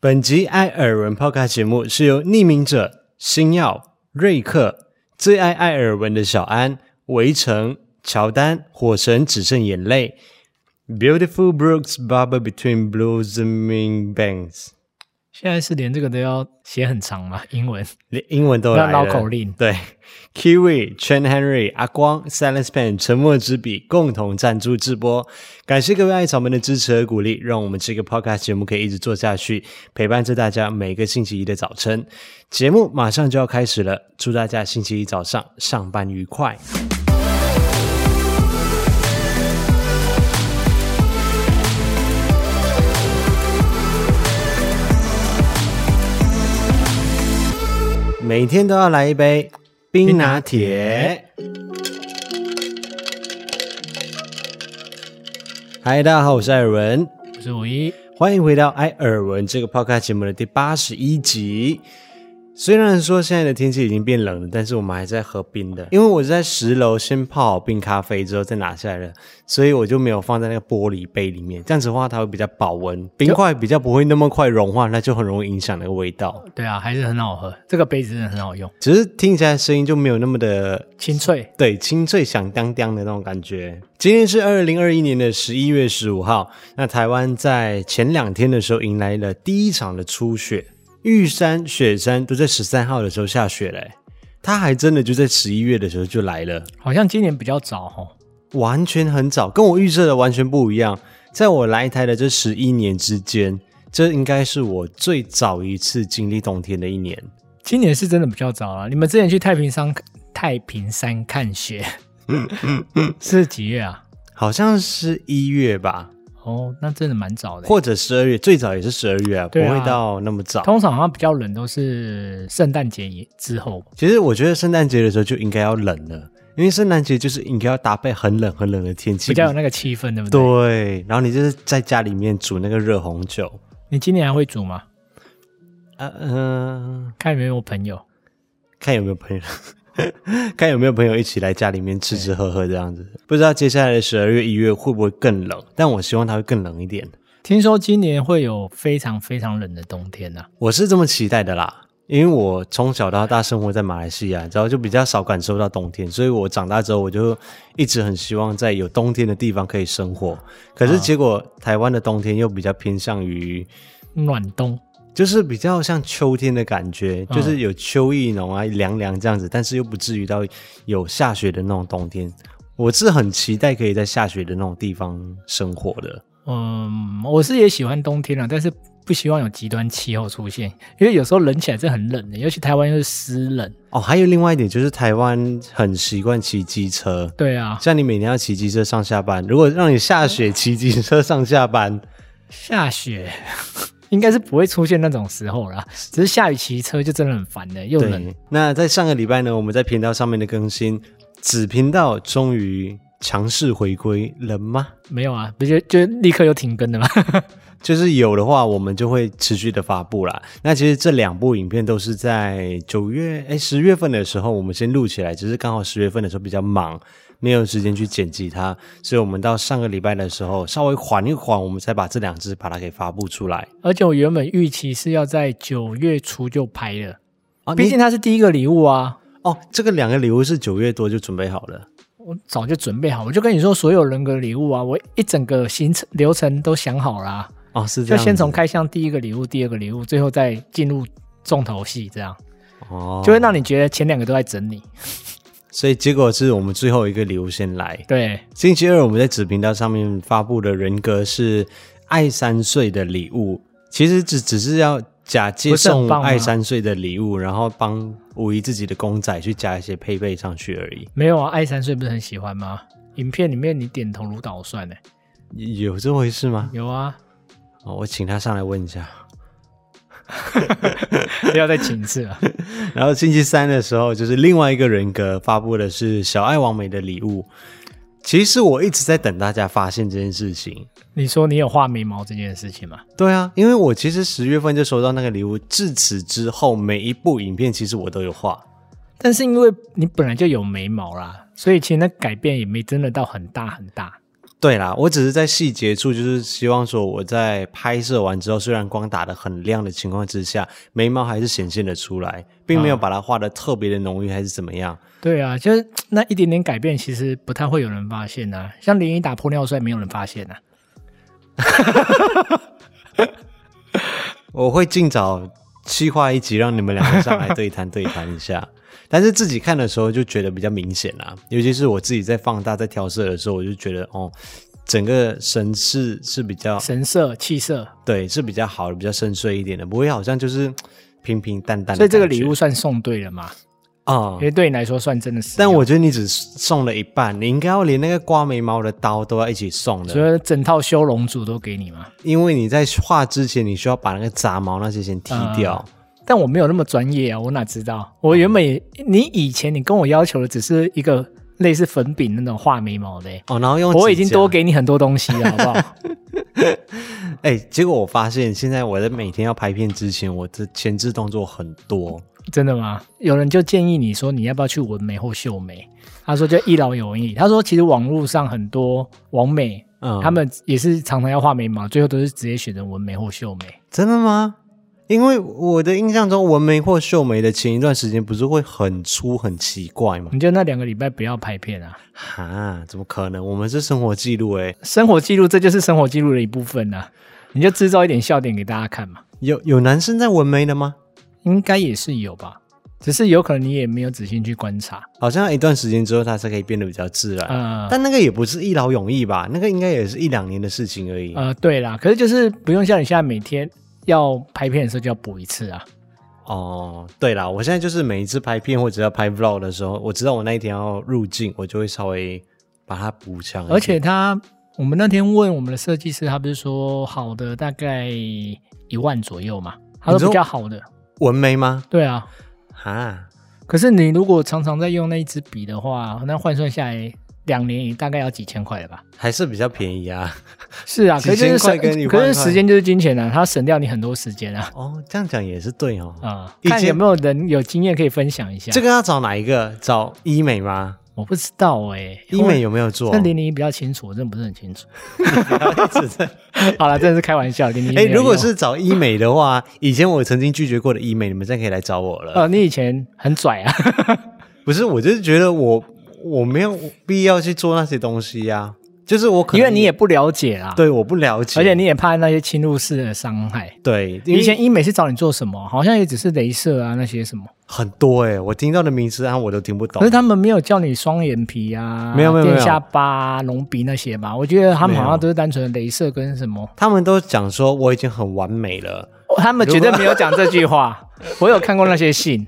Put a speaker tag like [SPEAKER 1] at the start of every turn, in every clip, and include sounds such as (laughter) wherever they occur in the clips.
[SPEAKER 1] 本集《艾尔文 Podcast》节目是由匿名者、星耀、瑞克、最爱艾尔文的小安、围城、乔丹、火神只剩眼泪、Beautiful Brooks Bubble Between Blossoming Banks，
[SPEAKER 2] 现在是连这个都要写很长嘛， (laughs) 英文
[SPEAKER 1] 连英文都
[SPEAKER 2] 要
[SPEAKER 1] 来
[SPEAKER 2] 绕
[SPEAKER 1] 了。
[SPEAKER 2] 口令。
[SPEAKER 1] 对，Kiwi、Chen Henry、阿光、Silence Pen、沉默之笔共同赞助直播，感谢各位爱草们的支持和鼓励，让我们这个 podcast 节目可以一直做下去，陪伴着大家每个星期一的早晨。节目马上就要开始了，祝大家星期一早上上班愉快。每天都要来一杯冰拿铁。嗨，大家好，我是艾尔文，
[SPEAKER 2] 我是五一，
[SPEAKER 1] 欢迎回到艾尔文这个 podcast 节目的第八十一集。虽然说现在的天气已经变冷了，但是我们还在喝冰的，因为我是在十楼先泡好冰咖啡之后再拿下来的，所以我就没有放在那个玻璃杯里面。这样子的话，它会比较保温，冰块比较不会那么快融化，那就很容易影响那个味道。
[SPEAKER 2] 对啊，还是很好喝，这个杯子真的很好用，
[SPEAKER 1] 只是听起来声音就没有那么的
[SPEAKER 2] 清脆。
[SPEAKER 1] 对，清脆响当当的那种感觉。今天是二零二一年的十一月十五号，那台湾在前两天的时候迎来了第一场的初雪，玉山、雪山都在十三号的时候下雪嘞、它还真的就在十一月的时候就来了，
[SPEAKER 2] 好像今年比较早哦，
[SPEAKER 1] 完全很早，跟我预设的完全不一样。在我来台的这十一年之间，这应该是我最早一次经历冬天的一年。
[SPEAKER 2] 今年是真的比较早了。你们之前去太平山太平山看雪，是几月啊？
[SPEAKER 1] 好像是一月吧，
[SPEAKER 2] 哦，那真的蛮早的。
[SPEAKER 1] 或者十二月，最早也是十二月啊，不
[SPEAKER 2] 对啊
[SPEAKER 1] 会到那么早。
[SPEAKER 2] 通常好像比较冷都是圣诞节以之后，
[SPEAKER 1] 其实我觉得圣诞节的时候就应该要冷了，因为圣诞节就是应该要搭配很冷很冷的天气。
[SPEAKER 2] 比较有那个气氛，对不对？
[SPEAKER 1] 对，然后你就是在家里面煮那个热红酒，
[SPEAKER 2] 你今年还会煮吗？
[SPEAKER 1] 呃嗯、
[SPEAKER 2] 看有没有朋友。
[SPEAKER 1] 看有没有朋友， (laughs) 看有没有朋友一起来家里面吃吃喝喝这样子。不知道接下来的十二月一月会不会更冷，但我希望它会更冷一点，
[SPEAKER 2] 听说今年会有非常非常冷的冬天啊呐、
[SPEAKER 1] 我是这么期待的啦。因为我从小到大生活在马来西亚，然后就比较少感受到冬天，所以我长大之后我就一直很希望在有冬天的地方可以生活。可是结果台湾的冬天又比较偏向于，
[SPEAKER 2] 暖冬。
[SPEAKER 1] 就是比较像秋天的感觉，
[SPEAKER 2] 嗯
[SPEAKER 1] 就是有秋意浓啊，凉凉这样子，但是又不至于到有下雪的那种冬天。我是很期待可以在下雪的那种地方生活的。
[SPEAKER 2] 嗯，我是也喜欢冬天啊，但是不希望有极端气候出现，因为有时候冷起来真的很冷的，欸尤其台湾又是湿冷。
[SPEAKER 1] 哦，还有另外一点就是台湾很习惯骑机车，
[SPEAKER 2] 对啊，
[SPEAKER 1] 像你每天要骑机车上下班，如果让你下雪骑机车上下班，
[SPEAKER 2] 下雪 (laughs) 应该是不会出现那种时候啦，只是下雨骑车就真的很烦的，又冷。
[SPEAKER 1] 对。那在上个礼拜呢，我们在频道上面的更新，子频道终于强势回归了吗？
[SPEAKER 2] 没有啊，不就就立刻又停更的嘛。 (laughs)
[SPEAKER 1] 就是有的话，我们就会持续的发布啦。那其实这两部影片都是在九月哎十月份的时候，我们先录起来，只是刚好十月份的时候比较忙，没有时间去剪辑它，所以我们到上个礼拜的时候稍微缓一缓，我们才把这两支把它给发布出来。
[SPEAKER 2] 而且我原本预期是要在九月初就拍的，
[SPEAKER 1] 啊
[SPEAKER 2] 毕竟它是第一个礼物啊，
[SPEAKER 1] 哦，这个两个礼物是九月多就准备好了。
[SPEAKER 2] 我早就准备好，我就跟你说所有人格礼物啊，我一整个行程流程都想好啊啦、
[SPEAKER 1] 哦，是这
[SPEAKER 2] 就
[SPEAKER 1] 样子。
[SPEAKER 2] 先从开箱第一个礼物、第二个礼物，最后再进入重头戏，这样
[SPEAKER 1] 哦，
[SPEAKER 2] 就会让你觉得前两个都在整你。
[SPEAKER 1] 所以结果是我们最后一个礼物先来。
[SPEAKER 2] 对，
[SPEAKER 1] 星期二我们在子频道上面发布的人格是爱三岁的礼物，其实只只是要假借
[SPEAKER 2] 不是很
[SPEAKER 1] 送
[SPEAKER 2] 棒吗啊
[SPEAKER 1] 爱三岁的礼物，然后帮五一自己的公仔去加一些配备上去而已。
[SPEAKER 2] 没有啊，爱三岁不是很喜
[SPEAKER 1] (laughs)
[SPEAKER 2] 欢吗？影片里面你点头如捣蒜呢、欸
[SPEAKER 1] 有有这回事吗？
[SPEAKER 2] 有啊，
[SPEAKER 1] 哦，我请他上来问一下。
[SPEAKER 2] 不要再请一啊次了。
[SPEAKER 1] (laughs) 然后星期三的时候，就是另外一个人格发布的是小爱王美的礼物。其实我一直在等大家发现这件事情，
[SPEAKER 2] (laughs) 你说你有画眉毛这件事情吗？
[SPEAKER 1] 对啊，因为我其实十月份就收到那个礼物，至此之后每一部影片其实我都有画。
[SPEAKER 2] 但是因为你本来就有眉毛啦，所以其实那改变也没真的到很大很大。
[SPEAKER 1] 对啦，我只是在细节处，就是希望说我在拍摄完之后，虽然光打得很亮的情况之下，眉毛还是显现的出来，并没有把它画的特别的浓郁，还是怎么样。
[SPEAKER 2] 对啊，就是那一点点改变，其实不太会有人发现啊。像林一打玻尿酸，没有人发现啊。
[SPEAKER 1] 我会尽早计划一集，让你们两个上来对谈对谈一
[SPEAKER 2] (laughs)
[SPEAKER 1] 下。但是自己看的时候就觉得比较明显啦，尤其是我自己在放大、在调色的时候，我就觉得哦，整个神是是比较
[SPEAKER 2] 神色、气色，
[SPEAKER 1] 对，是比较好的，比较深邃一点的，不会好像就是平平淡淡的感觉。
[SPEAKER 2] 所以这个礼物算送对了嘛？
[SPEAKER 1] 啊、
[SPEAKER 2] 因为对你来说算真的是。
[SPEAKER 1] 但我觉得你只送了一半，你应该要连那个刮眉毛的刀都要一起送
[SPEAKER 2] 所
[SPEAKER 1] 的，
[SPEAKER 2] 以整套修容组都给你嘛。
[SPEAKER 1] 因为你在画之前，你需要把那个杂毛那些先剃掉。
[SPEAKER 2] 啊但我没有那么专业啊，我哪知道？我原本也，你以前你跟我要求的只是一个类似粉饼那种画眉毛的欸、
[SPEAKER 1] 哦，然后用
[SPEAKER 2] 我已
[SPEAKER 1] 指
[SPEAKER 2] 经
[SPEAKER 1] 甲
[SPEAKER 2] 多给你很多东西了，好不好？ (laughs)
[SPEAKER 1] 哎、结果我发现现在我在每天要拍片之前，我的前置动作很多。
[SPEAKER 2] 真的吗？有人就建议你说你要不要去纹眉或秀眉？他说就一劳永逸。他说其实网络上很多网美，
[SPEAKER 1] 嗯，
[SPEAKER 2] 他们也是常常要画眉毛，最后都是直接选择纹眉或秀眉。
[SPEAKER 1] 真的吗？因为我的印象中，纹眉或秀眉的前一段时间不是会很粗很奇怪吗？
[SPEAKER 2] 你就那两个礼拜不要拍片啊，
[SPEAKER 1] 哈，怎么可能？我们是生活记录哎、
[SPEAKER 2] 生活记录这就是生活记录的一部分啊，你就制造一点笑点给大家看嘛。
[SPEAKER 1] 有有男生在纹眉的吗？
[SPEAKER 2] 应该也是有吧，只是有可能你也没有仔细去观察。
[SPEAKER 1] 好像一段时间之后，他才可以变得比较自然。
[SPEAKER 2] 呃
[SPEAKER 1] 但那个也不是一劳永逸吧？那个应该也是一两年的事情而已。
[SPEAKER 2] 呃，对啦，可是就是不用像你现在每天要拍片的时候就要补一次啊。
[SPEAKER 1] 哦，对啦，我现在就是每一次拍片或者要拍 vlog 的时候，我知道我那一天要入镜，我就会稍微把它补强一点。
[SPEAKER 2] 而且他，我们那天问我们的设计师，他不是说好的大概一万左右嘛？他
[SPEAKER 1] 你知
[SPEAKER 2] 说
[SPEAKER 1] 道
[SPEAKER 2] 比较好的，
[SPEAKER 1] 纹眉吗？
[SPEAKER 2] 对啊。
[SPEAKER 1] 哈，
[SPEAKER 2] 可是你如果常常在用那一支笔的话，那换算下来两年也大概要几千块了吧？
[SPEAKER 1] 还是比较便宜啊。
[SPEAKER 2] 是啊，可是就
[SPEAKER 1] 几千
[SPEAKER 2] 是
[SPEAKER 1] 块跟一
[SPEAKER 2] 省，
[SPEAKER 1] 万块
[SPEAKER 2] 可是时间就是金钱啊，它省掉你很多时间啊。
[SPEAKER 1] 哦，这样讲也是对哦。
[SPEAKER 2] 啊、
[SPEAKER 1] 一
[SPEAKER 2] 看
[SPEAKER 1] 千
[SPEAKER 2] 有没有人有经验可以分享一下？
[SPEAKER 1] 这个要找哪一个？找医美吗？
[SPEAKER 2] 我不知道哎、
[SPEAKER 1] 医美有没有做？
[SPEAKER 2] 那零零一比较清楚，我真的不是很清楚。
[SPEAKER 1] (laughs)
[SPEAKER 2] (laughs)
[SPEAKER 1] 一直在。
[SPEAKER 2] 好了，真的是开玩笑，零零一。
[SPEAKER 1] 哎，如果是找医美的话，以前我曾经拒绝过的医美，你们现在可以来找我了。
[SPEAKER 2] 呃，你以前很
[SPEAKER 1] (laughs)
[SPEAKER 2] 拽啊，
[SPEAKER 1] 不是，我就是觉得我我没有必要去做那些东西呀、就是我可能
[SPEAKER 2] 因为你也不了解啦，，
[SPEAKER 1] 对我不了解，
[SPEAKER 2] 而且你也怕那些侵入式的伤害。
[SPEAKER 1] 对因为
[SPEAKER 2] 以前医美是找你做什么？好像也只是镭射啊那些什么，
[SPEAKER 1] 很多哎、我听到的名词啊我都听不懂
[SPEAKER 2] 可是。他们没有叫你双眼皮啊，
[SPEAKER 1] 没有没有没有
[SPEAKER 2] 垫下巴、啊、隆鼻那些吧？我觉得他
[SPEAKER 1] 没
[SPEAKER 2] 们
[SPEAKER 1] 有
[SPEAKER 2] 好像都是单纯的镭射跟什么，
[SPEAKER 1] 他们都讲说我已经很完美了， (laughs)
[SPEAKER 2] 哦他们绝对没有讲这句话。我有看过那些信，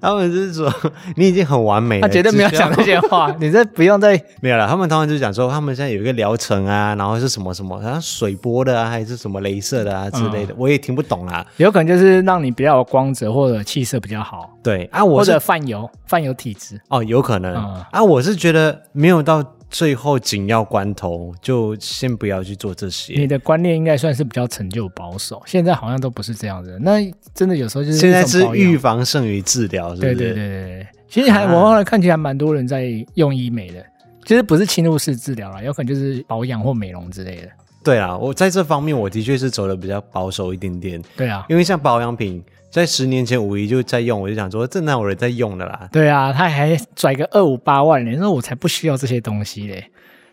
[SPEAKER 1] 他们是说你已经很完美了，
[SPEAKER 2] 他绝对没有
[SPEAKER 1] 只需要
[SPEAKER 2] 讲这些话，
[SPEAKER 1] (laughs)
[SPEAKER 2] 你这不用再
[SPEAKER 1] 没有了。他们通常就讲说他们现在有一个疗程啊，然后是什么什么，好像水波的啊，还是什么镭射的啊之类
[SPEAKER 2] 嗯
[SPEAKER 1] 的，我也听不懂啊啦。
[SPEAKER 2] 有可能就是让你比较有光泽或者气色比较好，
[SPEAKER 1] 对啊，
[SPEAKER 2] 或
[SPEAKER 1] 我
[SPEAKER 2] 者
[SPEAKER 1] 是
[SPEAKER 2] 泛油泛油体质。
[SPEAKER 1] 哦，有可能、
[SPEAKER 2] 嗯
[SPEAKER 1] 啊，我是觉得没有到最后紧要关头，就先不要去做这些
[SPEAKER 2] 你。的观念应该算是比较陈旧保守，现在好像都不是这样子。那真的有时候就是
[SPEAKER 1] 现在
[SPEAKER 2] 一种
[SPEAKER 1] 是
[SPEAKER 2] 保养
[SPEAKER 1] 预，防胜于治疗，是不
[SPEAKER 2] 对
[SPEAKER 1] 是？
[SPEAKER 2] 对对对对。其实还
[SPEAKER 1] 啊
[SPEAKER 2] 我后来看起来蛮多人在用医美的，就是不是侵入式治疗啦，有可能就是保养或美容之类的。
[SPEAKER 1] 对啊，我在这方面我的确是走的比较保守一点点，
[SPEAKER 2] 对啊，
[SPEAKER 1] 因为像保养品，在十年前五一就在用，我就想说这哪有人在用的啦。
[SPEAKER 2] 对啊，他还拽个二五八万呢，那我才不需要这些东西嘞。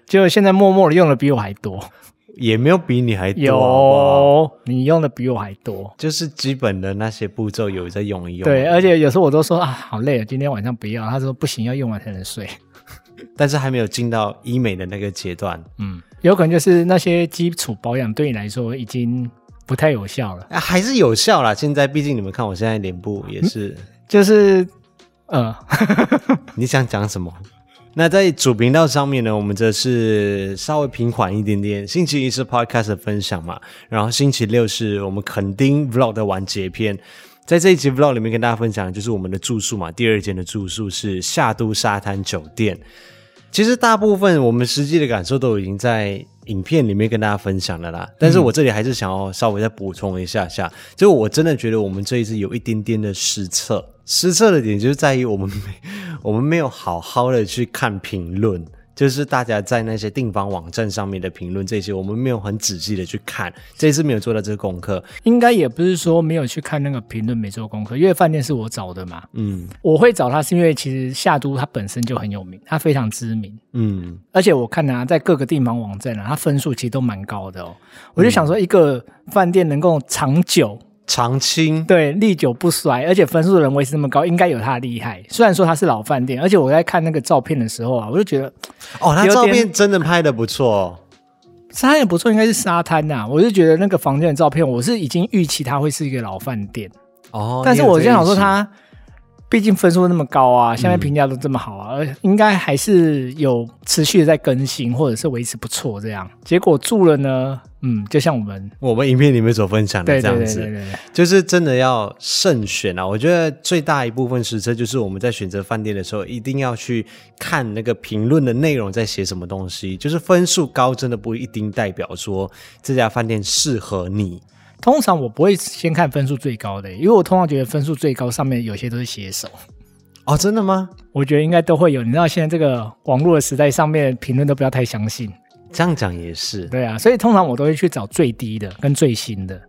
[SPEAKER 2] 结果现在默默的用的比我还多，
[SPEAKER 1] 也没有比你还多，好不好
[SPEAKER 2] 有你用的比我还多。
[SPEAKER 1] 就是基本的那些步骤有在啊用一用。
[SPEAKER 2] 对，，而且有时候我都说啊，好累啊，今天晚上不要。他说不行，要用完才能睡。
[SPEAKER 1] 但是还没有进到医美的那个阶段。
[SPEAKER 2] 嗯，有可能就是那些基础保养对你来说已经不太有效了，
[SPEAKER 1] 啊，还是有效啦。现在毕竟你们看，我现在脸部也是。
[SPEAKER 2] 就是呃， (laughs)
[SPEAKER 1] (laughs) 你想讲什么？那在主频道上面呢，我们则是稍微平缓一点点。星期一是 podcast 的分享嘛，然后星期六是我们垦丁 vlog 的完结篇。在这一集 vlog 里面跟大家分享，就是我们的住宿嘛，第二间的住宿是夏都沙滩酒店。其实大部分我们实际的感受都已经在影片里面跟大家分享了啦，
[SPEAKER 2] 嗯
[SPEAKER 1] 但是我这里还是想要稍微再补充一下下，就我真的觉得我们这一次有一点点的失策， (laughs) 失策的点就是在于我们没我们没有好好的去看评论。就是大家在那些订房网站上面的评论这些，我们没有很仔细的去看，这次没有做到这个功课。
[SPEAKER 2] 应该也不是说没有去看那个评论，没做功课，因为饭店是我找的嘛。
[SPEAKER 1] 嗯
[SPEAKER 2] 我会找他是因为其实夏都它本身就很有名，它非常知名，
[SPEAKER 1] 嗯，
[SPEAKER 2] 而且我看啊，在各个地方网站啊，它分数其实都蛮高的哦。我就想说，一个饭店能够长久，
[SPEAKER 1] 长青，
[SPEAKER 2] 对，历久不衰，而且分数能维持这么高，应该有它的厉害。虽然说它是老饭店，而且我在看那个照片的时候啊，我就觉得
[SPEAKER 1] 哦，他
[SPEAKER 2] 有点
[SPEAKER 1] 照片真的拍的不错。哦
[SPEAKER 2] 沙滩也不错，应该是沙滩呐、我就觉得那个房间的照片，我是已经预期它会是一个老饭店，
[SPEAKER 1] 哦，
[SPEAKER 2] 但是
[SPEAKER 1] 你有
[SPEAKER 2] 我就
[SPEAKER 1] 这
[SPEAKER 2] 想说
[SPEAKER 1] 意思，嗯
[SPEAKER 2] 它。毕竟分数那么高啊，现在评价都这么好啊，而应该还是有持续的在更新，或者是维持不错这样。结果住了呢，嗯，就像我们
[SPEAKER 1] 我们影片里面所分享的
[SPEAKER 2] 对
[SPEAKER 1] 这
[SPEAKER 2] 对
[SPEAKER 1] 样
[SPEAKER 2] 对
[SPEAKER 1] 子，
[SPEAKER 2] 对对，对
[SPEAKER 1] 就是真的要慎选啊！我觉得最大一部分实测就是我们在选择饭店的时候，一定要去看那个评论的内容在写什么东西。就是分数高，真的不一定代表说这家饭店适合你。
[SPEAKER 2] 通常我不会先看分数最高的，因为我通常觉得分数最高上面有些都是写手，
[SPEAKER 1] 哦，真的吗？
[SPEAKER 2] 我觉得应该都会有。你知道现在这个网络的时代，上面评论都不要太相信。
[SPEAKER 1] 这样讲也是
[SPEAKER 2] 对啊，所以通常我都会去找最低的跟最新的，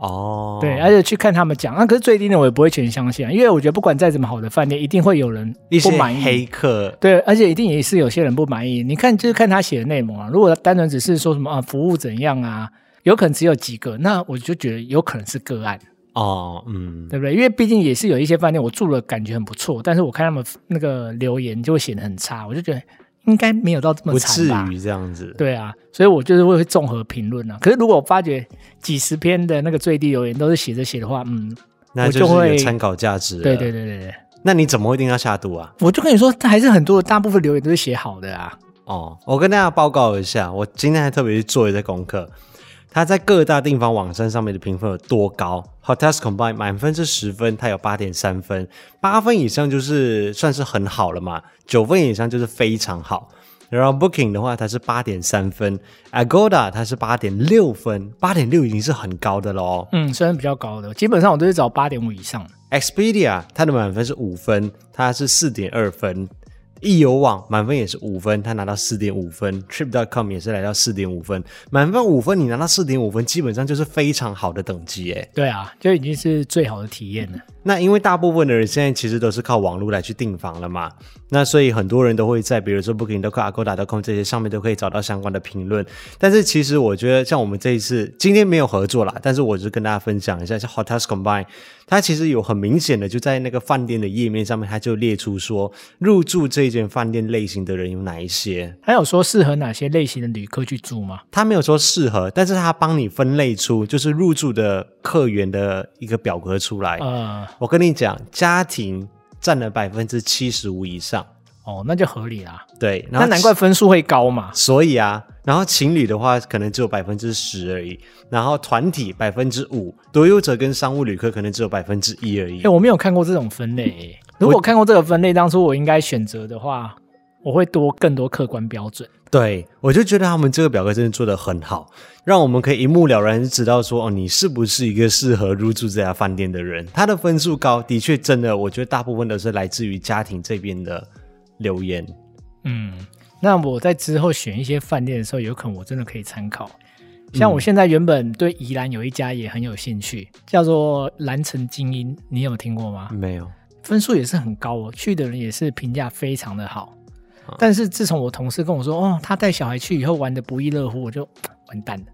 [SPEAKER 1] 哦。
[SPEAKER 2] 对，而且去看他们讲啊。可是最低的我也不会全相信啊，因为我觉得不管再怎么好的饭店，一定会有人
[SPEAKER 1] 一
[SPEAKER 2] 不
[SPEAKER 1] 些
[SPEAKER 2] 满意。
[SPEAKER 1] 黑客，
[SPEAKER 2] 对，而且一定也是有些人不满意。你看，就是看他写的内容啊。如果他单纯只是说什么啊，服务怎样啊，有可能只有几个，那我就觉得有可能是个案，
[SPEAKER 1] 哦，嗯，
[SPEAKER 2] 对不对？因为毕竟也是有一些饭店，我住了感觉很不错，但是我看他们那个留言就会写的很差，我就觉得应该没有到这么
[SPEAKER 1] 不
[SPEAKER 2] 惨
[SPEAKER 1] 至
[SPEAKER 2] 吧。
[SPEAKER 1] 于这样子。
[SPEAKER 2] 对啊，所以我就是会综合评论啊。可是如果我发觉几十篇的那个最低留言都是写着写的话，嗯，
[SPEAKER 1] 那
[SPEAKER 2] 我
[SPEAKER 1] 就
[SPEAKER 2] 就是
[SPEAKER 1] 有
[SPEAKER 2] 会
[SPEAKER 1] 参考价值。
[SPEAKER 2] 对啊对，对对对，
[SPEAKER 1] 那你怎么会一定要下毒啊？
[SPEAKER 2] 我就跟你说，还是很多的，大部分留言都是写好的啊。
[SPEAKER 1] 哦，我跟大家报告一下，我今天还特别去做一下功课。它在各大订房网站上面的评分有多高？Hotels Combined 满分是十分，它有八点三分，八分以上就是算是很好了嘛，九分以上就是非常好。然后 Booking 的话，它是八点三分，Agoda 它是八点六分，八点六已经是很高的哦喽。
[SPEAKER 2] 嗯，虽然比较高的，基本上我都是找八点五以上的。
[SPEAKER 1] Expedia 它的满分是五分，它是四点二分。易游网满分也是五分，它拿到四点五分。Trip.com 也是来到四点五分，满分五分，你拿到四点五分，基本上就是非常好的等级诶。
[SPEAKER 2] 对啊，就已经是最好的体验了。
[SPEAKER 1] 那因为大部分的人现在其实都是靠网络来去订房了嘛，那所以很多人都会在比如说 Booking、都 Agoda.com 这些上面都可以找到相关的评论。但是其实我觉得，像我们这一次今天没有合作啦，但是我就跟大家分享一下，像 Hotels Combine，它其实有很明显的就在那个饭店的页面上面，它就列出说入住这间饭店类型的人有哪一些。
[SPEAKER 2] 还有说适合哪些类型的旅客去住吗？
[SPEAKER 1] 它没有说适合，但是它帮你分类出就是入住的客源的一个表格出来。
[SPEAKER 2] 呃，
[SPEAKER 1] 我跟你讲，家庭占了百分之七十五以上，
[SPEAKER 2] 哦，那就合理啦。
[SPEAKER 1] 对，然
[SPEAKER 2] 那
[SPEAKER 1] 后
[SPEAKER 2] 难怪分数会高嘛。
[SPEAKER 1] 所以啊，然后情侣的话可能只有百分之十而已，然后团体百分之五，独游者跟商务旅客可能只有百分之一而已
[SPEAKER 2] 哎、。我没有看过这种分类、欸。如果我看过这个分类，当初我应该选择的话，我会多更多客观标准。
[SPEAKER 1] 对，我就觉得他们这个表格真的做得很好，让我们可以一目了然知道说，哦，你是不是一个适合入住这家饭店的人。他的分数高，的确真的，我觉得大部分都是来自于家庭这边的留言。
[SPEAKER 2] 嗯，那我在之后选一些饭店的时候，有可能我真的可以参考。像我现在原本对宜兰有一家也很有兴趣，叫做蓝城精英，你有听过吗？
[SPEAKER 1] 没有，
[SPEAKER 2] 分数也是很高哦，去的人也是评价非常的
[SPEAKER 1] 啊
[SPEAKER 2] 好。但是自从我同事跟我说，哦，他带小孩去以后玩的不亦乐乎，我就完蛋了。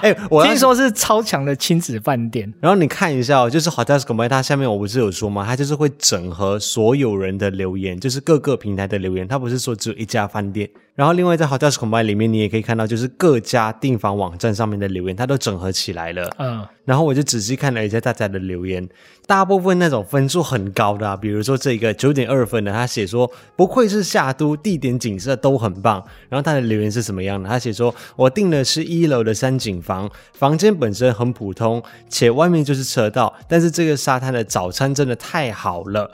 [SPEAKER 1] 哎、我要
[SPEAKER 2] 听说是超强的亲子饭店，
[SPEAKER 1] 然后你看一下、哦，就是 Hotels Combine，它下面我不是有说吗？它就是会整合所有人的留言，就是各个平台的留言，它不是说只有一家饭店。然后另外在 Hotels Combine 里面，你也可以看到，就是各家订房网站上面的留言，它都整合起来了。
[SPEAKER 2] 嗯、
[SPEAKER 1] 然后我就仔细看了一下大家的留言，大部分那种分数很高的、啊，比如说这个九点二分的，他写说不愧是夏都，地点景色都很棒。然后他的留言是什么样的？他写说我订的是一楼的山景房，房间本身很普通，且外面就是车道，但是这个沙滩的早餐真的太好了。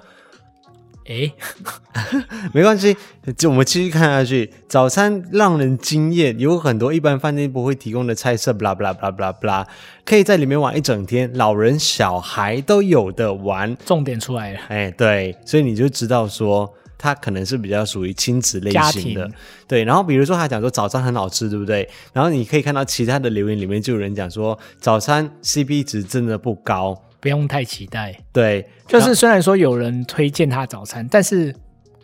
[SPEAKER 2] 诶，
[SPEAKER 1] 没关系，就我们继续看下去。早餐让人惊艳，有很多一般饭店不会提供的菜色，blah blah blah blah blah，可以在里面玩一整天，老人小孩都有的玩。
[SPEAKER 2] 重点出来了。
[SPEAKER 1] 哎，对，所以你就知道说，它可能是比较属于亲子类
[SPEAKER 2] 家
[SPEAKER 1] 型的
[SPEAKER 2] 庭，
[SPEAKER 1] 对。然后比如说他讲说早餐很好吃，对不对？然后你可以看到其他的留言里面就有人讲说早餐 CP 值真的不高，
[SPEAKER 2] 不用太期待。
[SPEAKER 1] 对，
[SPEAKER 2] 就是虽然说有人推荐他早餐，但是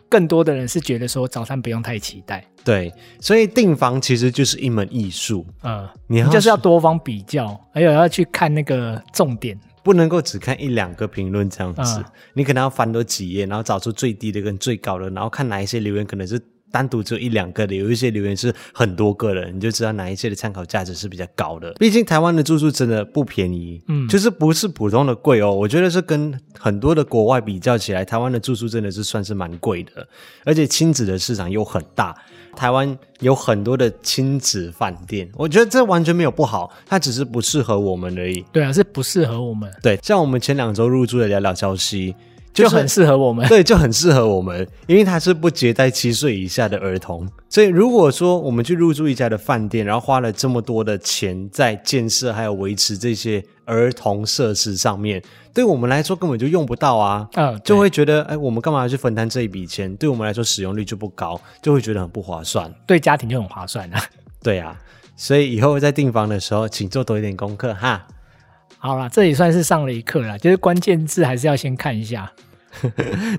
[SPEAKER 2] 更多的人是觉得说早餐不用太期待。
[SPEAKER 1] 对，所以订房其实就是一门艺术，
[SPEAKER 2] 呃，
[SPEAKER 1] 你
[SPEAKER 2] 你
[SPEAKER 1] 要
[SPEAKER 2] 就是要多方比较，还有要去看那个重点。
[SPEAKER 1] 不能够只看一两个评论这样子，
[SPEAKER 2] 嗯
[SPEAKER 1] 你可能要翻多几页，然后找出最低的跟最高的，然后看哪一些留言可能是单独只有一两个的，有一些留言是很多个的，你就知道哪一些的参考价值是比较高的。毕竟台湾的住宿真的不便宜，嗯，就是不是普通的贵哦，我觉得是跟很多的国外比较起来，台湾的住宿真的是算是蛮贵的，而且亲子的市场又很大。台湾有很多的亲子饭店，我觉得这完全没有不好，它只是不适合我们而已。
[SPEAKER 2] 对啊，是不适合我们，
[SPEAKER 1] 对，像我们前两周入住的聊聊消息，
[SPEAKER 2] 就是很适合我们。
[SPEAKER 1] 对，就很适合我们，因为它是不接待七岁以下的儿童，所以如果说我们去入住一家的饭店，然后花了这么多的钱在建设还有维持这些儿童设施上面，对我们来说根本就用不到啊。
[SPEAKER 2] (laughs) 嗯，
[SPEAKER 1] 就
[SPEAKER 2] 就
[SPEAKER 1] 会觉得，哎，我们干嘛要去分担这一笔钱？对我们来说，使用率就不高，就会觉得很不划算。
[SPEAKER 2] 对家庭就很划算啊。
[SPEAKER 1] 对啊，所以以后在订房的时候，请做多一点功课哈。
[SPEAKER 2] 好啦，这也算是上了一课啦，就是关键字还是要先看一下。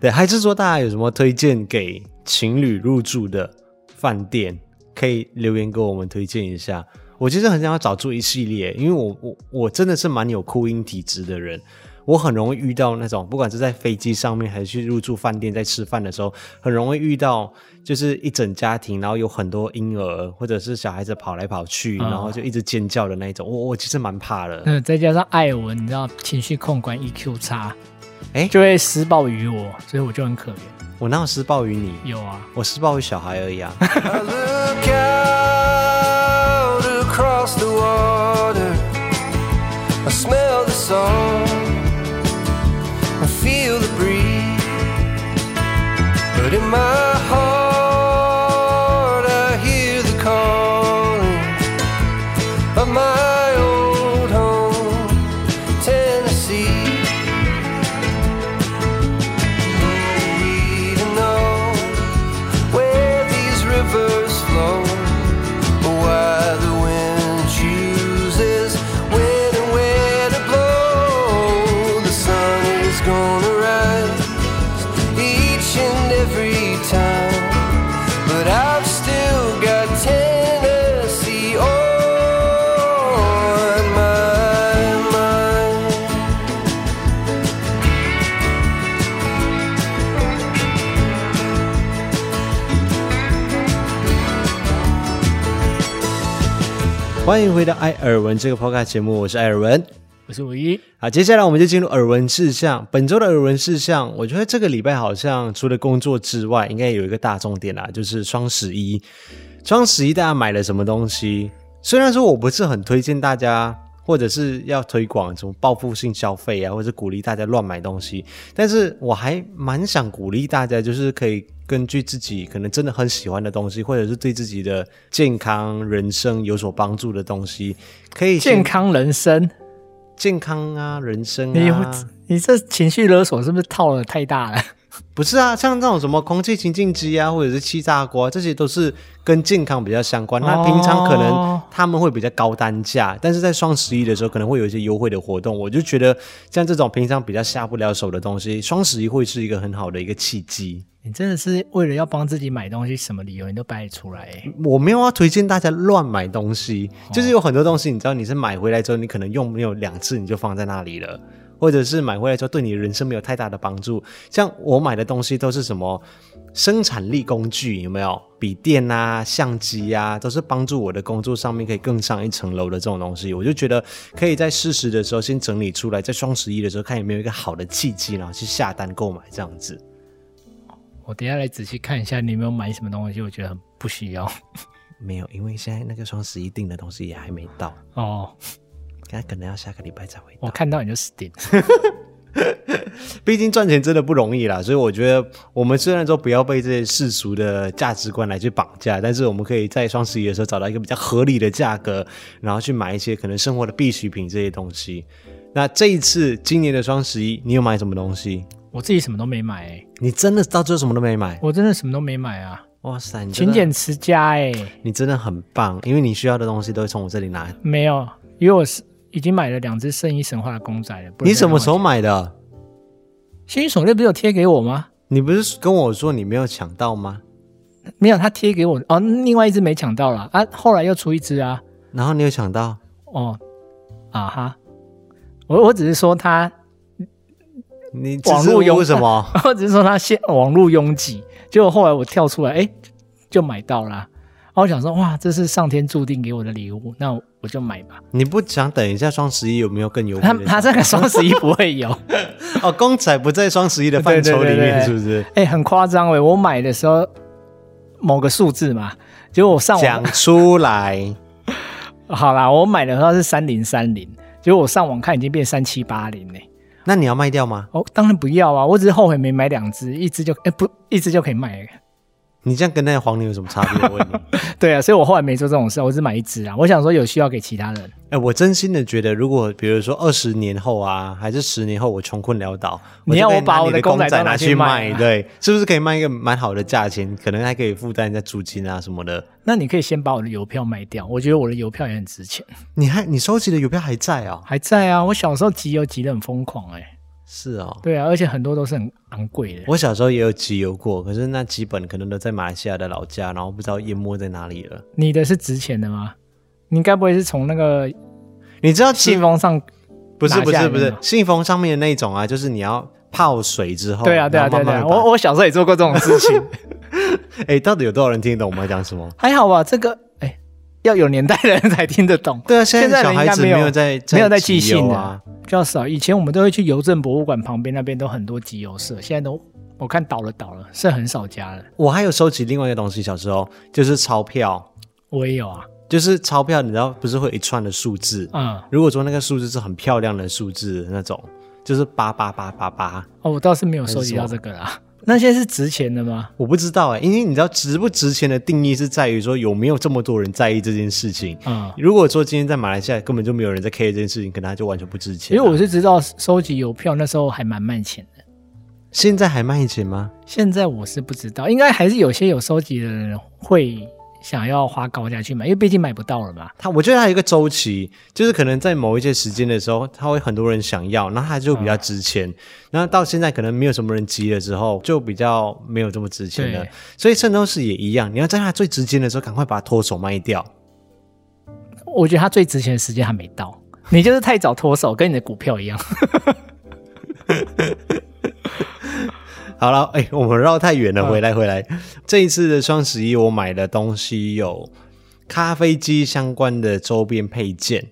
[SPEAKER 1] 对，还是说大家有什么推荐给情侣入住的饭店，可以留言给我们推荐一下。我其实很想要找出一系列，因为我我我真的是蛮有哭音体质的人，我很容易遇到那种，不管是在飞机上面还是去入住饭店，在吃饭的时候，很容易遇到就是一整家庭，然后有很多婴儿或者是小孩子跑来跑去，
[SPEAKER 2] 嗯
[SPEAKER 1] 然后就一直尖叫的那一种。我我其实蛮怕的，
[SPEAKER 2] 嗯，再加上艾文，你知道情绪控管 EQ 差，
[SPEAKER 1] 哎
[SPEAKER 2] 就会施暴于我，所以我就很可怜。
[SPEAKER 1] 我哪有施暴于你？
[SPEAKER 2] 有啊，
[SPEAKER 1] 我施暴于小孩而已啊。
[SPEAKER 3] I look out across the water. I smell the salt. I feel the breeze. But in my heart, I hear the calling of my old home, Tennessee. Even though where these rivers flow, or why the wind chooses when and where to blow. The sun is gonna rise each and every time, but I've still got Tennessee on my mind.
[SPEAKER 1] 欢迎回到艾尔文这个 podcast 节目，我是艾尔文。
[SPEAKER 2] 我是五一，
[SPEAKER 1] 好，接下来我们就进入耳闻事项。本周的耳闻事项，我觉得这个礼拜好像除了工作之外，应该有一个大重点啦，啊就是双十一。双十一大家买了什么东西？虽然说我不是很推荐大家，或者是要推广什么报复性消费啊，或者鼓励大家乱买东西，但是我还蛮想鼓励大家，就是可以根据自己可能真的很喜欢的东西，或者是对自己的健康人生有所帮助的东西，可以先
[SPEAKER 2] 健康人生，
[SPEAKER 1] 健康啊，人生
[SPEAKER 2] 你、
[SPEAKER 1] 啊。
[SPEAKER 2] 你这情绪勒索是不是套的太大了？ (laughs)
[SPEAKER 1] 不是啊，像这种什么空气清净机啊，或者是气炸锅啊、这些都是跟健康比较相关。那
[SPEAKER 2] 哦
[SPEAKER 1] 平常可能他们会比较高单价，但是在双十一的时候可能会有一些优惠的活动。我就觉得像这种平常比较下不了手的东西，双十一会是一个很好的一个契机。
[SPEAKER 2] 你真的是为了要帮自己买东西，什么理由你都掰得出来、欸。
[SPEAKER 1] 我没有要推荐大家乱买东西，就是有很多东西，你知道你是买回来之后，你可能用没有两次你就放在那里了，或者是买回来之后对你人生没有太大的帮助。像我买的东西都是什么生产力工具，有没有？笔电啊、相机啊，都是帮助我的工作上面可以更上一层楼的这种东西。我就觉得可以在适时的时候先整理出来，在双十一的时候看有没有一个好的契机，然后去下单购买这样子。
[SPEAKER 2] 我等一下来仔细看一下你有没有买什么东西，我觉得很不需要。
[SPEAKER 1] 没有，因为现在那个双十一订的东西也还没到。
[SPEAKER 2] 哦，
[SPEAKER 1] 那可能要下个礼拜才会
[SPEAKER 2] 我
[SPEAKER 1] 到。
[SPEAKER 2] 看到你就死定了。
[SPEAKER 1] 毕竟赚钱真的不容易啦，所以我觉得我们虽然说不要被这些世俗的价值观来去绑架，但是我们可以在双十一的时候找到一个比较合理的价格，然后去买一些可能生活的必需品这些东西。那这一次今年的双十一，你有买什么东西？
[SPEAKER 2] 我自己什么都没买、欸，
[SPEAKER 1] 你真的到最后什么都没买？
[SPEAKER 2] 我真的什么都没买啊，
[SPEAKER 1] 哇塞，你真
[SPEAKER 2] 勤
[SPEAKER 1] 的
[SPEAKER 2] 俭持家哎、
[SPEAKER 1] 你真的很棒，因为你需要的东西都会从我这里拿。
[SPEAKER 2] 没有，因为我是已经买了两只圣衣神话的公仔了。不然
[SPEAKER 1] 你什么时候
[SPEAKER 2] 再
[SPEAKER 1] 买的？
[SPEAKER 2] 让我？新衣手链不是有贴给我吗？
[SPEAKER 1] 你不是跟我说你没有抢到吗？
[SPEAKER 2] 没有，他贴给我哦，另外一只没抢到啦。啊，后来又出一只啊，
[SPEAKER 1] 然后你有抢到？
[SPEAKER 2] 哦，啊哈，我我只是说他，
[SPEAKER 1] 你支
[SPEAKER 2] 网
[SPEAKER 1] 支
[SPEAKER 2] 络
[SPEAKER 1] 吾
[SPEAKER 2] 用
[SPEAKER 1] 吾什
[SPEAKER 2] (laughs)
[SPEAKER 1] 么？
[SPEAKER 2] 我只是说他现网络拥挤，结果后来我跳出来，哎，就买到啦。然后我想说，哇，这是上天注定给我的礼物，那我就买吧。
[SPEAKER 1] 你不想等一下双十一有没有更优惠
[SPEAKER 2] 他
[SPEAKER 1] 的
[SPEAKER 2] 他这个双十一不会有，
[SPEAKER 1] 哦，公仔不在双十一的范畴里面，
[SPEAKER 2] 对对对对
[SPEAKER 1] 是不是？
[SPEAKER 2] 哎、很夸张哎！我买的时候某个数字嘛，结果我上网
[SPEAKER 1] 讲出来，
[SPEAKER 2] 好啦，我买的时候是三零三零，结果我上网看已经变三七八零嘞。
[SPEAKER 1] 那你要卖掉吗？
[SPEAKER 2] 哦，当然不要啊！我只是后悔没买两只，一只就哎、不，一只就可以卖了。
[SPEAKER 1] 你这样跟那个黄牛有什么差别？我
[SPEAKER 2] (laughs)
[SPEAKER 1] 问你。
[SPEAKER 2] 对啊，所以我后来没做这种事，我只买一只啊。我想说有需要给其他人，
[SPEAKER 1] 哎、我真心的觉得，如果比如说二十年后啊，还是十年后，我穷困潦倒，
[SPEAKER 2] 你要
[SPEAKER 1] 就可以
[SPEAKER 2] 我把
[SPEAKER 1] 拿
[SPEAKER 2] 我
[SPEAKER 1] 你
[SPEAKER 2] 的
[SPEAKER 1] 的
[SPEAKER 2] 公仔
[SPEAKER 1] 仔
[SPEAKER 2] 都拿
[SPEAKER 1] 拿
[SPEAKER 2] 去
[SPEAKER 1] 去
[SPEAKER 2] 卖啊
[SPEAKER 1] 对，是不是可以卖一个蛮好的价钱？可能还可以负担一下租金啊什么的。
[SPEAKER 2] 那你可以先把我的邮票卖掉，我觉得我的邮票也很值钱，
[SPEAKER 1] 你还你收集的邮票还在哦？
[SPEAKER 2] 还在啊。我小时候集邮集的很疯狂哎、
[SPEAKER 1] 是哦，
[SPEAKER 2] 对啊，而且很多都是很昂贵的。
[SPEAKER 1] 我小时候也有集邮过，可是那几本可能都在马来西亚的老家，然后不知道淹没在哪里了。
[SPEAKER 2] 你的是值钱的吗？你该不会是从那个
[SPEAKER 1] 你知道
[SPEAKER 2] 信封上？
[SPEAKER 1] 哦不是
[SPEAKER 2] 拿
[SPEAKER 1] 不
[SPEAKER 2] 下来
[SPEAKER 1] 是
[SPEAKER 2] 的
[SPEAKER 1] 不是
[SPEAKER 2] 吗
[SPEAKER 1] 信封上面的那一种啊，就是你要泡水之后，
[SPEAKER 2] 对啊，对啊，
[SPEAKER 1] 然后
[SPEAKER 2] 对啊，对
[SPEAKER 1] 慢慢
[SPEAKER 2] 啊！
[SPEAKER 1] 把
[SPEAKER 2] 我我小时候也做过这种事 (laughs) 情，
[SPEAKER 1] (laughs) 哎、到底有多少人听得懂我们在讲什么？
[SPEAKER 2] 还好吧？这个哎，要有年代的人才听得懂。
[SPEAKER 1] 对啊，现
[SPEAKER 2] 在
[SPEAKER 1] 在小
[SPEAKER 2] 人
[SPEAKER 1] 孩
[SPEAKER 2] 应
[SPEAKER 1] 子
[SPEAKER 2] 该没有
[SPEAKER 1] 有在
[SPEAKER 2] 没有在
[SPEAKER 1] 集
[SPEAKER 2] 寄信
[SPEAKER 1] 邮
[SPEAKER 2] 的
[SPEAKER 1] 啊。
[SPEAKER 2] 比较少。以前我们都会去邮政博物馆旁边，那边都很多集邮社，现在都我看倒了倒了，剩很少家了。
[SPEAKER 1] 我还有收集另外一个东西，小时候就是钞票，
[SPEAKER 2] 我也有啊，
[SPEAKER 1] 就是钞票，你知道不是会有一串的数字？
[SPEAKER 2] 嗯，
[SPEAKER 1] 如果说那个数字是很漂亮的数字的那种，就是八八八八八，
[SPEAKER 2] 哦，我倒是没有收集到这个啦。 (laughs) 那些是值钱的吗？
[SPEAKER 1] 我不知道哎、因为你知道值不值钱的定义是在于说有没有这么多人在意这件事情。
[SPEAKER 2] 嗯，
[SPEAKER 1] 如果说今天在马来西亚根本就没有人在 care 这件事情，可能它就完全不值钱
[SPEAKER 2] 因
[SPEAKER 1] 啊、
[SPEAKER 2] 为我是知道收集邮票那时候还蛮卖钱的，
[SPEAKER 1] 现在还卖钱吗？
[SPEAKER 2] 现在我是不知道，应该还是有些有收集的人会想要花高价去买，因为毕竟买不到了嘛。
[SPEAKER 1] 它我觉得它有一个周期，就是可能在某一些时间的时候，它会很多人想要，然后它就比较值钱。
[SPEAKER 2] 嗯
[SPEAKER 1] 然后到现在可能没有什么人急了之后，就比较没有这么值钱了
[SPEAKER 2] 对。
[SPEAKER 1] 所以圣斗士也一样，你要在它最值钱的时候赶快把它脱手卖掉。
[SPEAKER 2] 我觉得它最值钱的时间还没到，你就是太早脱手，跟你的股票一样。 (laughs)
[SPEAKER 1] 好了，哎、我们绕太远了，回来回来。这一次的双十一，我买的东西有咖啡机相关的周边配件，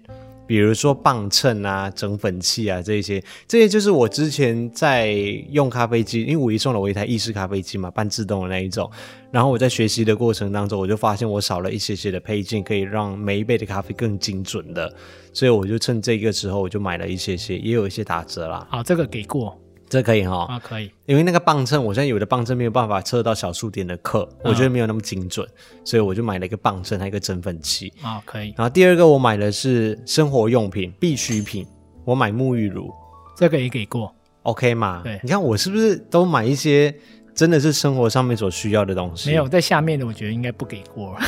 [SPEAKER 1] 比如说磅秤啊、整粉器啊这一些，这些就是我之前在用咖啡机，因为五一送了我一台意式咖啡机嘛，半自动的那一种。然后我在学习的过程当中，我就发现我少了一些些的配件，可以让每一杯的咖啡更精准的，所以我就趁这个时候，我就买了一些些，也有一些打折啦，
[SPEAKER 2] 好，这个给过
[SPEAKER 1] 这可以哈、
[SPEAKER 2] 啊，可以。
[SPEAKER 1] 因为那个磅秤，我现在有的磅秤没有办法测到小数点的克，
[SPEAKER 2] 嗯
[SPEAKER 1] 我觉得没有那么精准，所以我就买了一个磅秤，还有一个整粉器。
[SPEAKER 2] 啊、可以，
[SPEAKER 1] 然后第二个我买的是生活用品必需品，我买沐浴乳
[SPEAKER 2] 这个也给过。
[SPEAKER 1] ，OK 嘛
[SPEAKER 2] 对？
[SPEAKER 1] 你看我是不是都买一些真的是生活上面所需要的东西？
[SPEAKER 2] 没有。在下面的，我觉得应该不给过了。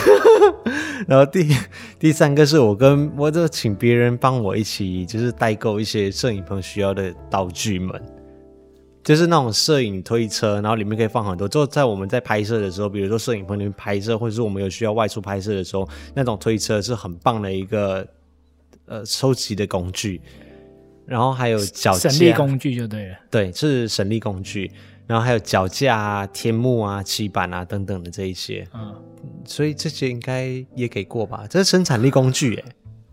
[SPEAKER 1] (laughs) 然后第第三个是我跟我就请别人帮我一起就是代购一些摄影棚需要的道具们。就是那种摄影推车，然后里面可以放很多。就在我们在拍摄的时候，比如说摄影棚里面拍摄，或者是我们有需要外出拍摄的时候，那种推车是很棒的一个呃收集的工具。然后还有
[SPEAKER 2] (laughs)
[SPEAKER 1] 脚架，
[SPEAKER 2] 省力工具就对了。
[SPEAKER 1] 对，是省力工具。然后还有脚架啊、天幕啊、漆板啊等等的这一些。
[SPEAKER 2] 嗯，
[SPEAKER 1] 所以这些应该也给过吧？这是生产力工具、欸，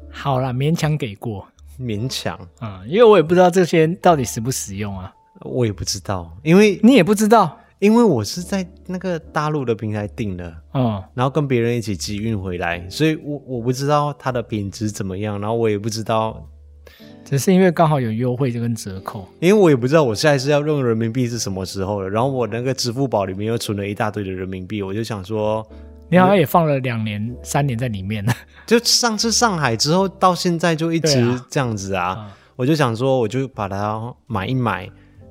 [SPEAKER 2] 好啦，勉强给过。
[SPEAKER 1] 勉强，
[SPEAKER 2] 嗯，因为我也不知道这些到底实不实用啊，
[SPEAKER 1] 我也不知道，因为
[SPEAKER 2] 你也不知道。
[SPEAKER 1] 因为我是在那个大陆的平台订的，
[SPEAKER 2] 嗯，
[SPEAKER 1] 然后跟别人一起集运回来，所以我我不知道它的品质怎么样，然后我也不知道，
[SPEAKER 2] 只是因为刚好有优惠这跟折扣。
[SPEAKER 1] 因为我也不知道我下一次要用人民币是什么时候了。然后我那个支付宝里面又存了一大堆的人民币，我就想说，
[SPEAKER 2] 你好像也放了两年、三年在里面 (laughs) 了。
[SPEAKER 1] 就上次上海之后到现在就一
[SPEAKER 2] 对
[SPEAKER 1] 直
[SPEAKER 2] 啊
[SPEAKER 1] 这样子啊，
[SPEAKER 2] 嗯
[SPEAKER 1] 我就想说，我就把它买一买，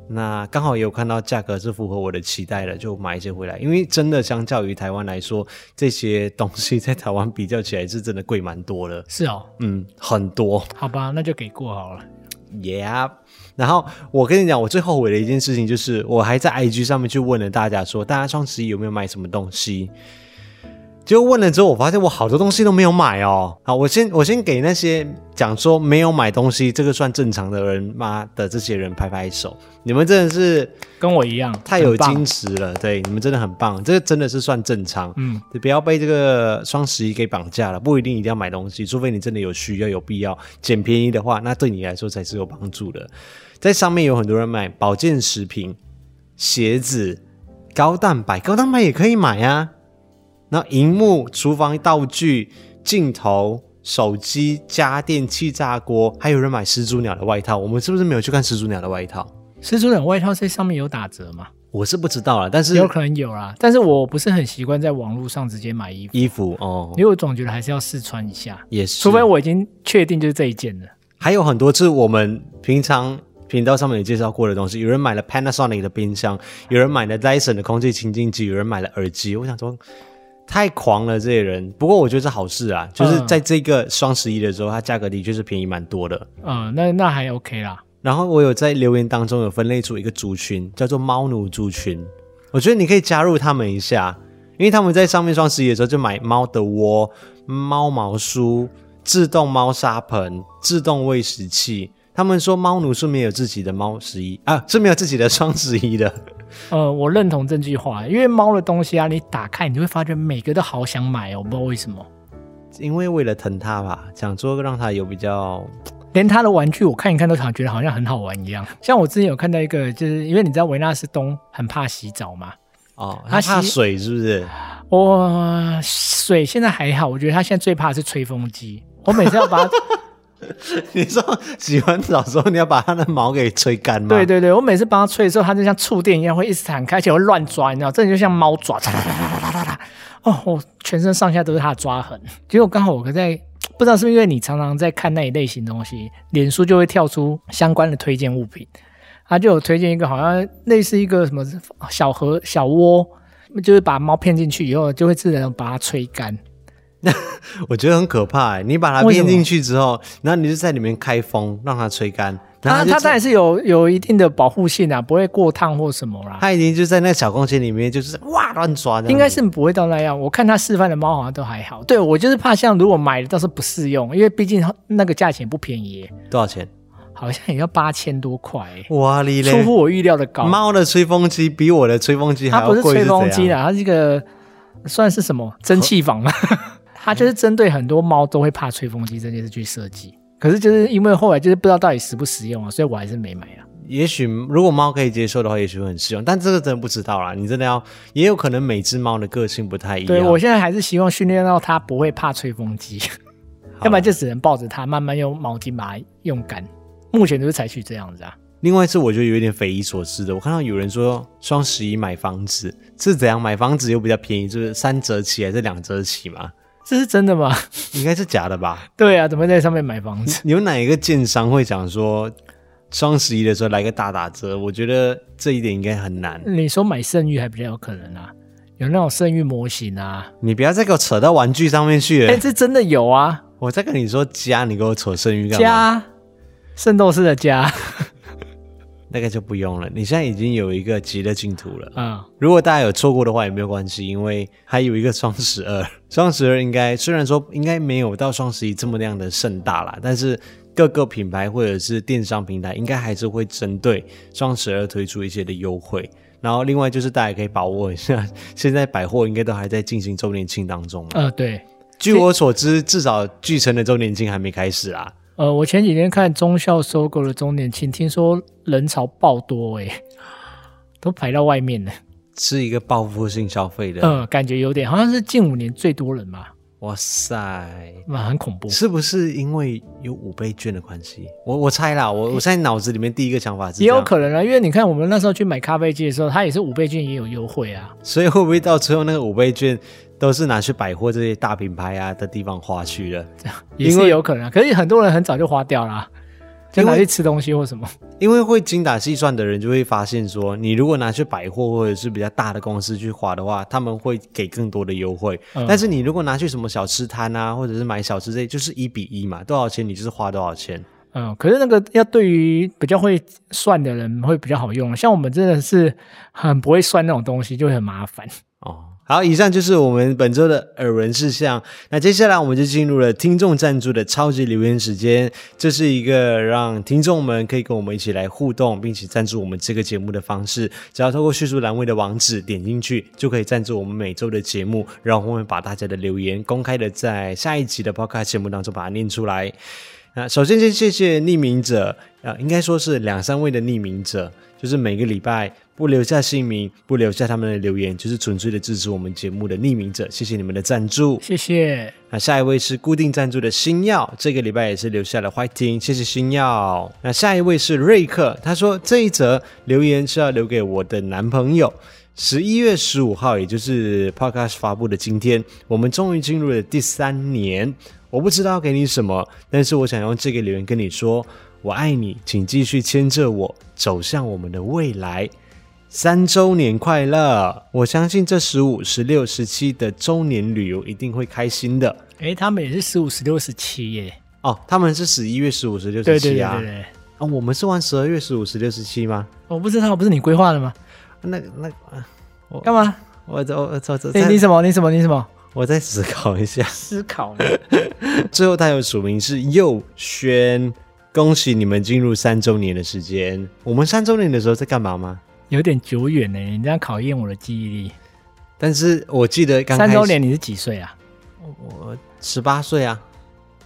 [SPEAKER 1] 那刚好也有看到价格是符合我的期待的，就买一些回来。因为真的相较于台湾来说，这些东西在台湾比较起来是真的贵蛮多的，
[SPEAKER 2] 是哦，
[SPEAKER 1] 嗯，很多。
[SPEAKER 2] 好吧，那就给过好了。
[SPEAKER 1] Yeah，然后我跟你讲，我最后悔的一件事情就是，我还在 IG 上面去问了大家说，大家双十一有没有买什么东西？结果问了之后，我发现我好多东西都没有买哦。好，我先我先给那些讲说没有买东西这个算正常的人妈的这些人拍拍手，你们真的是
[SPEAKER 2] 跟我一样，
[SPEAKER 1] 太有
[SPEAKER 2] 很棒
[SPEAKER 1] 矜持了，对，你们真的很棒，这个真的是算正常。
[SPEAKER 2] 嗯，
[SPEAKER 1] 不要被这个双十一给绑架了，不一定一定要买东西，除非你真的有需要、有必要，捡便宜的话，那对你来说才是有帮助的。在上面有很多人买保健食品、鞋子、高蛋白，高蛋白也可以买啊。然后荧幕、厨房道具、镜头、手机、家电、气炸锅，还有人买始祖鸟的外套。我们是不是没有去看始祖鸟的外套？
[SPEAKER 2] 蜘蛛人外套在上面有打折吗？
[SPEAKER 1] 我是不知道了，但是
[SPEAKER 2] 有可能有啦，但是我不是很习惯在网络上直接买衣服，
[SPEAKER 1] 衣服哦，
[SPEAKER 2] 因为我总觉得还是要试穿一下，
[SPEAKER 1] 也是，
[SPEAKER 2] 除非我已经确定就是这一件了。
[SPEAKER 1] 还有很多次我们平常频道上面有介绍过的东西，有人买了 Panasonic 的冰箱，有人买了 Dyson 的空气清净机，有人买了耳机。我想说，太狂了这些人。不过我觉得是好事啊，就是在这个双十一的时候，它价格的确是便宜蛮多的。
[SPEAKER 2] 嗯，那那还 OK 啦。
[SPEAKER 1] 然后我有在留言当中有分类出一个族群，叫做猫奴族群。我觉得你可以加入他们一下，因为他们在上面双十一的时候就买猫的窝、猫毛梳、自动猫砂盆、自动喂食器。他们说猫奴是没有自己的猫十一啊，是没有自己的双十一的。
[SPEAKER 2] 呃，我认同这句话，因为猫的东西啊，你打开你就会发觉每个都好想买哦，我不知道为什么。
[SPEAKER 1] 因为为了疼它吧，想说让它有比较
[SPEAKER 2] 连它的玩具我看一看都想觉得好像很好玩一样。像我之前有看到一个，就是因为你知道维纳斯东很怕洗澡嘛，
[SPEAKER 1] 哦，它
[SPEAKER 2] 它
[SPEAKER 1] 怕
[SPEAKER 2] 其实
[SPEAKER 1] 水是不是？ (laughs)
[SPEAKER 2] 我水现在还好，我觉得它现在最怕的是吹风机。我每次要把它，
[SPEAKER 1] 你说洗完澡之后你要把它的毛给吹干吗？
[SPEAKER 2] 对对对，我每次帮它吹的时候，它就像触电一样会一直弹开，而且会乱抓，你知道，这就像猫爪，哒哒哒哒哒哒哒。哦，我全身上下都是它的抓痕。结果刚好我在嗯不知道是不是因为你常常在看那一类型东西，脸书就会跳出相关的推荐物品，它就有推荐一个好像类似一个什么小盒小窝，就是把猫骗进去以后，就会自然把它吹干。
[SPEAKER 1] 我觉得很可怕、欸。你把它
[SPEAKER 2] 为什
[SPEAKER 1] 变
[SPEAKER 2] 么
[SPEAKER 1] 进去之后，然后你就在里面开风，让它吹干，然后啊
[SPEAKER 2] 啊它它
[SPEAKER 1] 就
[SPEAKER 2] 当然是有有一定的保护性啊，不会过烫或什么啦。
[SPEAKER 1] 它已经就在那个小空间里面，就是哇乱抓的。
[SPEAKER 2] 应该是不会到那样，我看它示范的猫好像都还好。对我就是怕像如果买的倒是不适用，因为毕竟它那个价钱不便宜耶，
[SPEAKER 1] 多少钱？
[SPEAKER 2] 好像也要八千多块耶，
[SPEAKER 1] 哇哩
[SPEAKER 2] 出
[SPEAKER 1] 嘞！
[SPEAKER 2] 乎我预料的高。
[SPEAKER 1] 猫的吹风机比我的吹风机还
[SPEAKER 2] 它
[SPEAKER 1] 要
[SPEAKER 2] 不是
[SPEAKER 1] 贵，啊
[SPEAKER 2] 吹风机
[SPEAKER 1] 的。
[SPEAKER 2] 啦，它是一个算是什么蒸汽房嘛？ (laughs) 它就是针对很多猫都会怕吹风机这件事去设计。可是就是因为后来就是不知道到底实不实用啊，所以我还是没买啊。
[SPEAKER 1] 也许如果猫可以接受的话，也许会很适用，但这个真的不知道啦。你真的要，也有可能每只猫的个性不太一样。
[SPEAKER 2] 对我现在还是希望训练到它不会怕吹风机，
[SPEAKER 1] 好啦
[SPEAKER 2] 要不然就只能抱着它慢慢用毛巾把它用干。目前就是采取这样子啊，
[SPEAKER 1] 另外一次我觉得有一点匪夷所思的，我看到有人说双十一买房子是怎样买房子又比较便宜，就是三折起还是两折起嘛？
[SPEAKER 2] 这是真的吗？ (laughs)
[SPEAKER 1] 应该是假的吧？
[SPEAKER 2] 对啊，怎么会在上面买房 (laughs) 子？
[SPEAKER 1] 有哪一个建商会讲说双十一的时候来个大打折？我觉得这一点应该很难。
[SPEAKER 2] 你说买剩余还比较有可能啊，有那种剩余模型啊，
[SPEAKER 1] 你不要再给我扯到玩具上面去了。
[SPEAKER 2] 哎、这真的有啊，
[SPEAKER 1] 我在跟你说家，你给我扯剩余干嘛？
[SPEAKER 2] 家圣斗士的家，
[SPEAKER 1] 那个就不用了。你现在已经有一个极乐净土了。
[SPEAKER 2] 嗯，
[SPEAKER 1] 如果大家有错过的话也没有关系，因为还有一个双十二。 (laughs) 双十二应该虽然说应该没有到双十一这么那样的盛大啦，但是各个品牌或者是电商平台应该还是会针对双十二推出一些的优惠。然后另外就是大家也可以把握一下，现在百货应该都还在进行周年庆当中嘛。
[SPEAKER 2] 呃，对，
[SPEAKER 1] 据我所知，至少巨城的周年庆还没开始啊。
[SPEAKER 2] 呃，我前几天看中校收购的周年庆，听说人潮爆多哎、都排到外面了，
[SPEAKER 1] 是一个报复性消费的，
[SPEAKER 2] 嗯、感觉有点好像是近五年最多人嘛，
[SPEAKER 1] 哇塞！
[SPEAKER 2] 那很恐怖。
[SPEAKER 1] 是不是因为有五倍券的关系？我我猜啦，我我现在脑子里面第一个想法是这
[SPEAKER 2] 也
[SPEAKER 1] 样
[SPEAKER 2] 有可能啊，因为你看我们那时候去买咖啡机的时候，它也是五倍券也有优惠啊。
[SPEAKER 1] (laughs) 所以会不会到最后那个五倍券都是拿去百货这些大品牌啊的地方花去了？
[SPEAKER 2] 也
[SPEAKER 1] 因为
[SPEAKER 2] 是有可能、啊，可是很多人很早就花掉啦，就拿去吃东西或什么。
[SPEAKER 1] 因为会精打细算的人就会发现说，你如果拿去百货或者是比较大的公司去花的话，他们会给更多的优惠。
[SPEAKER 2] 嗯
[SPEAKER 1] 但是你如果拿去什么小吃摊啊，或者是买小吃这，就是一比一嘛，多少钱你就是花多少钱。
[SPEAKER 2] (laughs) 嗯，可是那个要对于比较会算的人会比较好用，像我们真的是很不会算那种东西，就会很麻烦。
[SPEAKER 1] 哦，好，以上就是我们本周的耳闻事项。那接下来我们就进入了听众赞助的超级留言时间，这是一个让听众们可以跟我们一起来互动，并且赞助我们这个节目的方式。只要透过叙述栏位的网址点进去，就可以赞助我们每周的节目，然后我们把大家的留言公开的在下一集的 podcast 节目当中把它念出来。那首先先谢谢匿名者，啊、应该说是两三位的匿名者，就是每个礼拜不留下姓名，不留下他们的留言，就是纯粹的支持我们节目的匿名者，谢谢你们的赞助。
[SPEAKER 2] 谢谢，
[SPEAKER 1] 那下一位是固定赞助的星耀，这个礼拜也是留下了 Whiting，谢谢星耀。那下一位是瑞克，他说这一则留言是要留给我的男朋友。十一月十五号，也就是 Podcast 发布的今天，我们终于进入了第三年。我不知道给你什么，但是我想用这个留言跟你说，我爱你，请继续牵着我走向我们的未来。三周年快乐！我相信这十五、十六、十七的周年旅游一定会开心的
[SPEAKER 2] 诶，他们也是十五、十六、十七耶。
[SPEAKER 1] 哦。他们是十一月十五、十六、
[SPEAKER 2] 对
[SPEAKER 1] 十
[SPEAKER 2] 对
[SPEAKER 1] 七
[SPEAKER 2] 对
[SPEAKER 1] 啊
[SPEAKER 2] 对对，
[SPEAKER 1] 啊，我们是玩十二月十五、十六、十七吗？
[SPEAKER 2] 我不知道，不是你规划的吗？
[SPEAKER 1] 那那啊
[SPEAKER 2] 干嘛？
[SPEAKER 1] 我我我我
[SPEAKER 2] 哎你
[SPEAKER 1] 再
[SPEAKER 2] 你什么？你什么？你什么？
[SPEAKER 1] 我再思考一下。 (laughs)
[SPEAKER 2] 思考。
[SPEAKER 1] 最后他有署名是佑轩，恭喜你们进入三周年的时间。我们三周年的时候在干嘛吗？
[SPEAKER 2] (laughs) 有点久远呢，你这样考验我的记忆力。
[SPEAKER 1] 但是我记得刚
[SPEAKER 2] 三周年你是几岁啊？
[SPEAKER 1] 十八岁啊，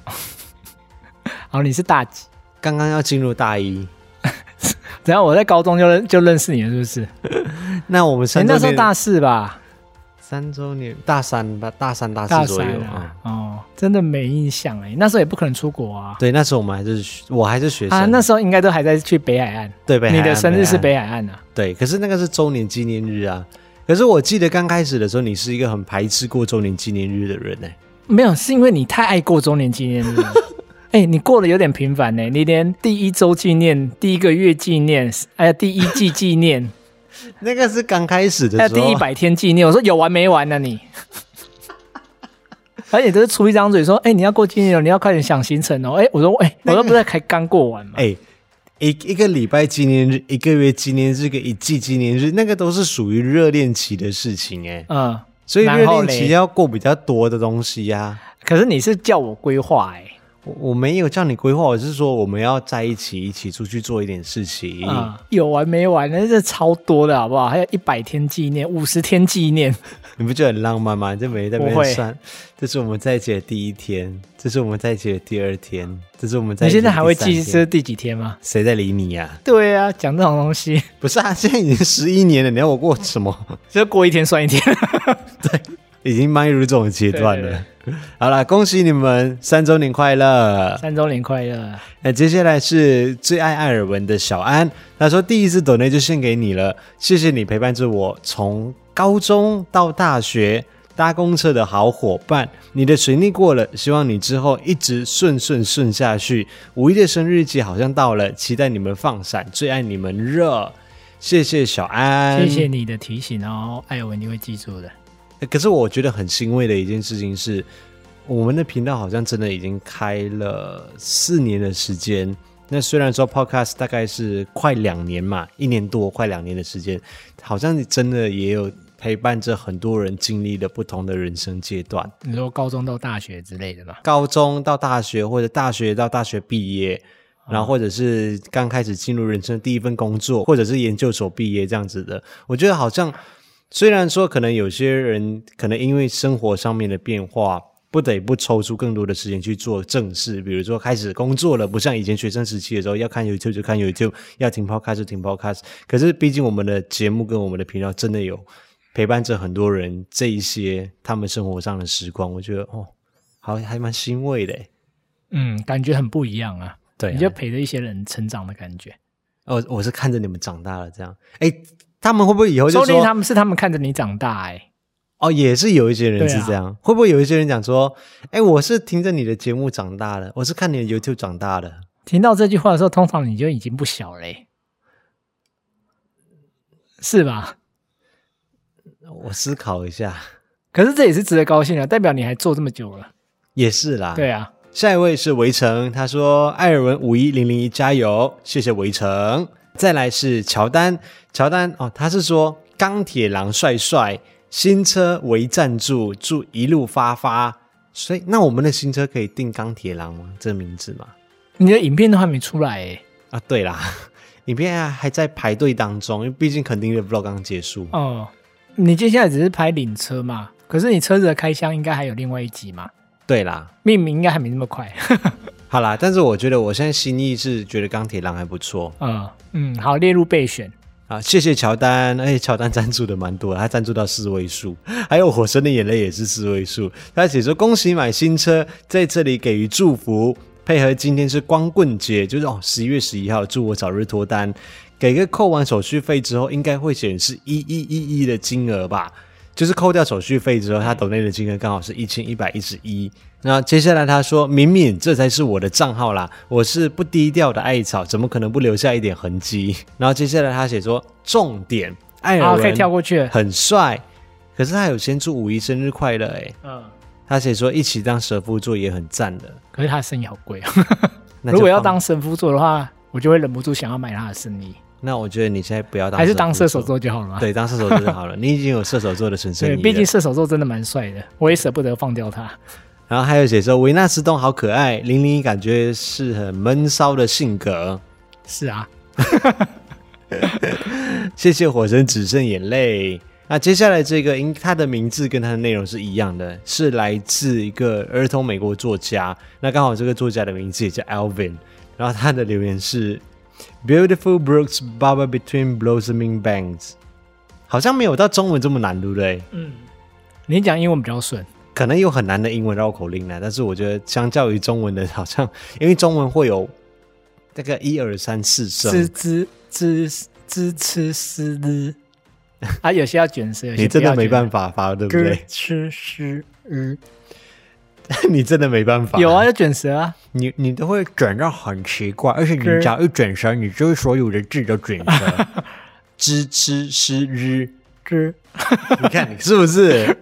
[SPEAKER 2] 好，哦你是大几？
[SPEAKER 1] 刚刚要进入大一。
[SPEAKER 2] 然后我在高中就认就认识你了，是不是？
[SPEAKER 1] 那我们
[SPEAKER 2] 你
[SPEAKER 1] 三周
[SPEAKER 2] 哎那时候
[SPEAKER 1] 年
[SPEAKER 2] 大四吧？
[SPEAKER 1] 三周年，大三吧，大三大
[SPEAKER 2] 大
[SPEAKER 1] 四左
[SPEAKER 2] 三
[SPEAKER 1] 右啊
[SPEAKER 2] 啊、。哦，真的没印象哎，那时候也不可能出国啊。
[SPEAKER 1] 对，那时候我们还是学我还是学生，
[SPEAKER 2] 啊，那时候应该都还在去北海岸。
[SPEAKER 1] 对北海岸
[SPEAKER 2] 你的生日是
[SPEAKER 1] 北
[SPEAKER 2] 北海岸啊？
[SPEAKER 1] 对，可是那个是周年纪念日啊。可是我记得刚开始的时候，你是一个很排斥过周年纪念日的人呢、
[SPEAKER 2] 没有，是因为你太爱过周年纪念
[SPEAKER 1] (laughs)
[SPEAKER 2] 日了。哎、你过得有点频繁呢，你连第一周纪念、第一个月纪念，哎呀，第一季纪念，
[SPEAKER 1] 那个是刚开始的
[SPEAKER 2] 还有
[SPEAKER 1] 时候，
[SPEAKER 2] 呃第一百天纪念，我说有完没完呢、你？ (laughs) 而且都是出一张嘴说，哎、你要过纪念哦，你要快点想行程哦。哎、我说，哎、我说不是才刚过完嘛。
[SPEAKER 1] 哎、一一个礼拜纪念日、一个月纪念日、跟一季纪念日，那个都是属于热恋期的事情哎、
[SPEAKER 2] 嗯，
[SPEAKER 1] 所以热
[SPEAKER 2] 然后
[SPEAKER 1] 恋
[SPEAKER 2] 嘞
[SPEAKER 1] 期要过比较多的东西呀、
[SPEAKER 2] 可是你是叫我规划哎，
[SPEAKER 1] 我我没有叫你规划，我是说我们要在一起，一起出去做一点事情。
[SPEAKER 2] 啊、有完没完呢？这超多的好不好？还有一百天纪念、五十天纪念，
[SPEAKER 1] 你不觉得很浪漫吗？你就每天在那
[SPEAKER 2] 不
[SPEAKER 1] 边
[SPEAKER 2] 会
[SPEAKER 1] 算，这是我们在一起的第一天，这是我们在一起的第二天，这是我们在一
[SPEAKER 2] 你
[SPEAKER 1] 起
[SPEAKER 2] 现
[SPEAKER 1] 的
[SPEAKER 2] 在还会
[SPEAKER 1] 第三
[SPEAKER 2] 记
[SPEAKER 1] 天
[SPEAKER 2] 这是第几天吗？
[SPEAKER 1] 谁在理你呀、
[SPEAKER 2] 对啊，讲这种
[SPEAKER 1] (laughs)
[SPEAKER 2] 东西，
[SPEAKER 1] 不是啊，现在已经十一年了，你要我过什么？ (laughs)
[SPEAKER 2] 就过一天算一天。
[SPEAKER 1] 已经迈入这种阶段了。
[SPEAKER 2] 对对
[SPEAKER 1] 好了，恭喜你们三周年快乐！
[SPEAKER 2] (laughs) 三周年快乐！
[SPEAKER 1] 那接下来是最爱艾尔文的小安，他说第一次抖内就献给你了，谢谢你陪伴着我从高中到大学搭公车的好伙伴，你的水逆过了，希望你之后一直顺顺顺下去。五一的生日节好像到了，期待你们放闪，最爱你们热，谢谢小安，
[SPEAKER 2] 谢谢你的提醒哦，艾文一定会记住的。
[SPEAKER 1] 可是我觉得很欣慰的一件事情是，我们的频道好像真的已经开了四年的时间。那虽然说 Podcast 大概是快两年嘛，一年多快两年的时间，好像真的也有陪伴着很多人经历了不同的人生阶段，
[SPEAKER 2] 你说高中到大学之类的嘛？
[SPEAKER 1] 高中到大学，或者大学到大学毕业。然后，或者是刚开始进入人生第一份工作，或者是研究所毕业这样子的，我觉得好像虽然说可能有些人可能因为生活上面的变化，不得不抽出更多的时间去做正事，比如说开始工作了，不像以前学生时期的时候要看 YouTube 就看 YouTube，要听 Podcast 就听 Podcast。可是毕竟我们的节目跟我们的频道真的有陪伴着很多人这一些他们生活上的时光，我觉得哦，好还蛮欣慰的欸。
[SPEAKER 2] 嗯，感觉很不一样啊。
[SPEAKER 1] 对啊
[SPEAKER 2] 你就陪着一些人成长的感觉，
[SPEAKER 1] 哦，我是看着你们长大了，这样，哎，他们会不会以后
[SPEAKER 2] 说
[SPEAKER 1] 就
[SPEAKER 2] 不定
[SPEAKER 1] 说
[SPEAKER 2] 他们是他们看着你长大哎。
[SPEAKER 1] 哦，也是有一些人是
[SPEAKER 2] 对啊
[SPEAKER 1] 这样，会不会有一些人讲说，哎，我是听着你的节目长大的，我是看你的 YouTube 长大的，
[SPEAKER 2] 听到这句话的时候，通常你就已经不小嘞、是吧？
[SPEAKER 1] 我思考一下，
[SPEAKER 2] 可是这也是值得高兴的，啊代表你还做这么久了。
[SPEAKER 1] 也是啦。
[SPEAKER 2] 对啊，
[SPEAKER 1] 下一位是围城，他说：“艾尔文五一零零一加油，谢谢围城。”再来是乔丹，乔丹哦，他是说钢铁狼帅帅，新车为赞助，祝一路发发。所以，那我们的新车可以定钢铁狼吗？这名字吗？
[SPEAKER 2] 你的影片都还没出来、欸，
[SPEAKER 1] 啊，对啦， (laughs) 影片还还在排队当中，因为毕竟肯定的 vlog 刚结束。
[SPEAKER 2] 哦，你接下来只是拍领车嘛？可是你车子的开箱应该还有另外一集嘛？
[SPEAKER 1] 对啦，
[SPEAKER 2] 命名应该还没那么快。 (laughs)
[SPEAKER 1] 好啦，但是我觉得我现在心意是觉得钢铁狼还不错
[SPEAKER 2] 嗯嗯，好，列入备选。
[SPEAKER 1] 啊，谢谢乔丹，而且乔丹赞助的蛮多的，他赞助到四位数， (laughs) 还有火神的眼泪也是四位数。他写说恭喜买新车，在这里给予祝福，配合今天是光棍节，就是哦十一月十一号，祝我早日脱单，给个扣完手续费之后，应该会显示一一一一的金额吧。就是扣掉手续费之后，
[SPEAKER 2] 嗯
[SPEAKER 1] 他抖内的金额刚好是一千一百一十一。那接下来他说：“敏敏，这才是我的账号啦，我是不低调的艾草，怎么可能不留下一点痕迹？” (laughs) 然后接下来他写说：“重点，艾尔
[SPEAKER 2] 好，
[SPEAKER 1] 文、
[SPEAKER 2] 啊可以跳过去了。
[SPEAKER 1] 很帅，可是他有先祝五一生日快乐诶、哎
[SPEAKER 2] 嗯，
[SPEAKER 1] 他写说一起当蛇夫座也很赞的。
[SPEAKER 2] 可是他的生意好贵啊。
[SPEAKER 1] (laughs) 那就
[SPEAKER 2] 如果要
[SPEAKER 1] 放
[SPEAKER 2] 当，神夫座的话，我就会忍不住想要买他的生意，
[SPEAKER 1] 那我觉得你现在不要当，
[SPEAKER 2] 还是当射手，座就好了嘛。
[SPEAKER 1] 对，当射手座就好了。你已经有射手座的神圣
[SPEAKER 2] 对，
[SPEAKER 1] 意了啊
[SPEAKER 2] 毕竟射手座真的蛮帅的，我也舍不得放掉他。
[SPEAKER 1] 然后还有写说维纳斯洞好可爱，玲玲感觉是很闷骚的性格。
[SPEAKER 2] 是啊，
[SPEAKER 1] 谢谢火神只剩眼泪。那接下来这个，因它的名字跟它的内容是一样的，是来自一个儿童美国作家。那刚好这个作家的名字也叫 Alvin，然后他的留言是 Beautiful brooks bubble between blossoming banks，好像没有到中文这么难，对不对？
[SPEAKER 2] 你讲英文比较顺，
[SPEAKER 1] 可能有很难的英文绕口令呢，但是我觉得相较于中文的，好像因为中文会有那个一二三四声，
[SPEAKER 2] 知知知知吃思之，啊，有些要卷舌，有些
[SPEAKER 1] 你真的没办
[SPEAKER 2] 法，
[SPEAKER 1] 法发，对不 (laughs)
[SPEAKER 2] 知
[SPEAKER 1] 对？
[SPEAKER 2] 吃诗之，
[SPEAKER 1] 你真的没办法。
[SPEAKER 2] 有啊，要卷舌啊，
[SPEAKER 1] 你你都会卷到很奇怪，而且你
[SPEAKER 2] 是
[SPEAKER 1] 只要一卷舌，你就是所有的字都卷
[SPEAKER 2] (laughs)
[SPEAKER 1] 舌。知吃诗日，
[SPEAKER 2] 知
[SPEAKER 1] 你看是不是？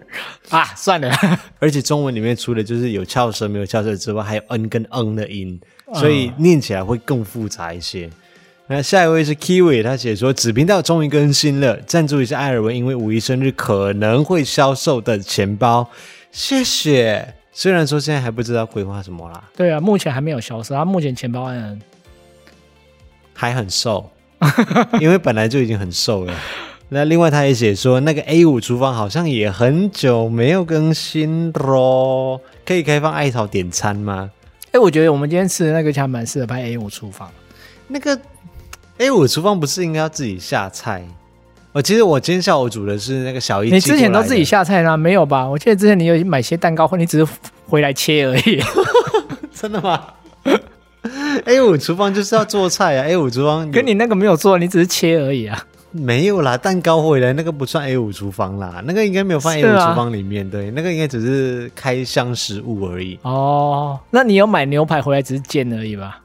[SPEAKER 2] 啊，算了， (laughs)
[SPEAKER 1] 而且中文里面除了就是有翘舌没有翘舌之外，还有嗯跟嗯的音，所以念起来会更复杂一些。那下一位是 Kiwi，他写说子频道终于更新了，赞助一下艾尔文，因为五一生日可能会销售的钱包，谢谢。虽然说现在还不知道规划什么啦，
[SPEAKER 2] 对啊，目前还没有消失，他目前钱包嗯
[SPEAKER 1] 还很瘦，因为本来就已经很瘦了。那另外他也写说，那个 A 五厨房好像也很久没有更新咯，可以开放艾草点餐吗？
[SPEAKER 2] 哎，我觉得我们今天吃的那个还蛮适合拍 A 五厨房，
[SPEAKER 1] 那个 A 五厨房不是应该要自己下菜？我其实我今天下午煮的是那个小一，
[SPEAKER 2] 你之前都自己，下菜啦？没有吧？我记得之前你有买些蛋糕，或你只是回来切而
[SPEAKER 1] (laughs)
[SPEAKER 2] 已。
[SPEAKER 1] (laughs) 真的吗 (laughs) ？A 五厨房就是要做菜啊，A 五厨房有
[SPEAKER 2] 跟你那个没有做，你只是切而已啊。
[SPEAKER 1] 没有啦，蛋糕回来那个不算 A 五厨房啦，那个应该没有放 A
[SPEAKER 2] 是
[SPEAKER 1] 五
[SPEAKER 2] 啊
[SPEAKER 1] 厨房里面，对，那个应该只是开箱食物而已。
[SPEAKER 2] 哦，那你有买牛排回来只是煎而已吧？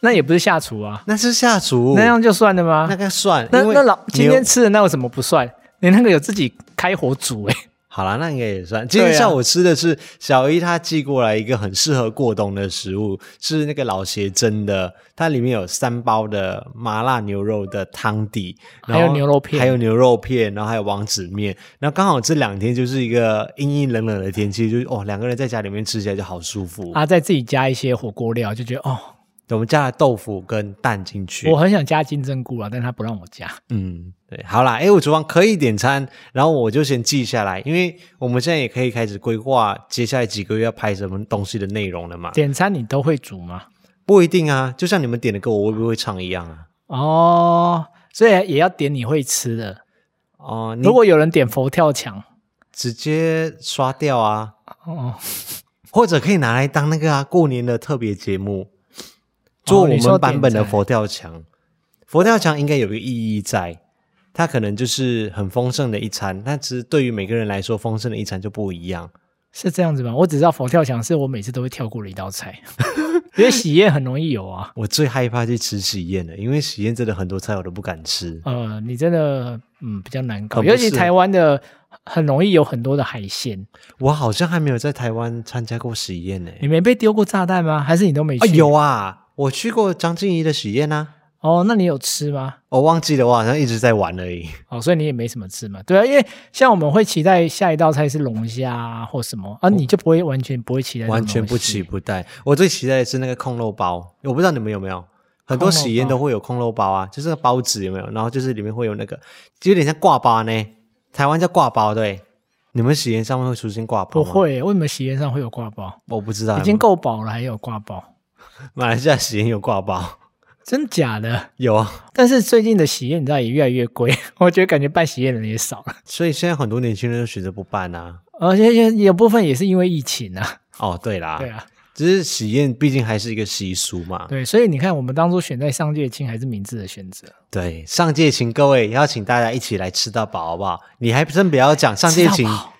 [SPEAKER 2] 那也不是下厨啊，
[SPEAKER 1] 那是下厨，
[SPEAKER 2] 那样就算了吗
[SPEAKER 1] 那？个算。
[SPEAKER 2] 那
[SPEAKER 1] 因为
[SPEAKER 2] 那老
[SPEAKER 1] 你
[SPEAKER 2] 今
[SPEAKER 1] 有
[SPEAKER 2] 天吃的那有什么不算？你那个有自己开火煮哎、
[SPEAKER 1] 好啦，那应该也算。今
[SPEAKER 2] 啊
[SPEAKER 1] 天下午吃的是小一他寄过来一个很适合过冬的食物，是那个老鞋蒸的，它里面有三包的麻辣牛肉的汤底，然后
[SPEAKER 2] 还有牛肉片
[SPEAKER 1] 还有牛肉片，然后还有王子面。然后刚好这两天就是一个阴阴冷冷的天气，就是哦，两个人在家里面吃起来就好舒服。
[SPEAKER 2] 啊，再自己加一些火锅料，就觉得哦，
[SPEAKER 1] 我们加了豆腐跟蛋进去，
[SPEAKER 2] 我很想加金针菇啊，但他不让我加。
[SPEAKER 1] 嗯，对，好啦，哎，我厨房可以点餐，然后我就先记下来，因为我们现在也可以开始规划接下来几个月要拍什么东西的内容了嘛。
[SPEAKER 2] 点餐你都会煮吗？
[SPEAKER 1] 不一定啊，就像你们点的歌，我会不会唱一样啊？
[SPEAKER 2] 哦，所以也要点你会吃的。
[SPEAKER 1] 哦、你
[SPEAKER 2] 如果有人点佛跳墙，
[SPEAKER 1] 直接刷掉啊，
[SPEAKER 2] 哦， (laughs)
[SPEAKER 1] 或者可以拿来当那个啊过年的特别节目，做我
[SPEAKER 2] 哦你说
[SPEAKER 1] 们版本的
[SPEAKER 2] 点赞
[SPEAKER 1] 佛跳墙。佛跳墙应该有个意义在，它可能就是很丰盛的一餐，但其实对于每个人来说，丰盛的一餐就不一样。
[SPEAKER 2] 是这样子吗？我只知道佛跳墙是我每次都会跳过的一道菜。 (laughs) 因为喜宴很容易有啊。
[SPEAKER 1] 我最害怕去吃喜宴了，因为喜宴真的很多菜我都不敢吃。
[SPEAKER 2] 呃，你真的嗯比较难搞，
[SPEAKER 1] 很不
[SPEAKER 2] 尤其
[SPEAKER 1] 适
[SPEAKER 2] 台湾的很容易有很多的海鲜。
[SPEAKER 1] 我好像还没有在台湾参加过喜宴呢、
[SPEAKER 2] 你没被丢过炸弹吗？还是你都没去？
[SPEAKER 1] 啊，有啊，我去过张静怡的喜宴啊，
[SPEAKER 2] 哦，那你有吃吗？
[SPEAKER 1] 我忘记了，我好像一直在玩而已。
[SPEAKER 2] 哦，所以你也没什么吃嘛？对啊，因为像我们会期待下一道菜是龙虾、啊、或什么啊，你就不会完全不会期待这种
[SPEAKER 1] 完全不
[SPEAKER 2] 东
[SPEAKER 1] 期
[SPEAKER 2] 西。
[SPEAKER 1] 不待。我最期待的是那个控肉包，我不知道你们有没有，很多喜宴都会有控肉包啊，就是那个包子有没有？然后就是里面会有那个，就有点像挂包呢，台湾叫挂包对。你们喜宴上面会出现挂包
[SPEAKER 2] 不
[SPEAKER 1] 吗？，
[SPEAKER 2] 会，为什么喜宴上会有挂包？
[SPEAKER 1] 我不知道。
[SPEAKER 2] 已经够饱了，还有挂包，
[SPEAKER 1] 马来西亚喜宴有挂包，
[SPEAKER 2] 真假的？
[SPEAKER 1] 有啊。
[SPEAKER 2] 但是最近的喜宴你知道也越来越贵， (laughs) 我觉得感觉办喜宴的人也少了，
[SPEAKER 1] 所以现在很多年轻人都选择不办啊。
[SPEAKER 2] 而且也有部分也是因为疫情啊。
[SPEAKER 1] 哦，对啦，
[SPEAKER 2] 对，啊，
[SPEAKER 1] 只是喜宴毕竟还是一个习俗嘛。
[SPEAKER 2] 对，所以你看，我们当初选在上届青还是明智的选择。
[SPEAKER 1] 对，上届请各位邀请大家一起来吃到饱，好不好？你还真不要讲上届
[SPEAKER 2] 吃
[SPEAKER 1] 请
[SPEAKER 2] 到饱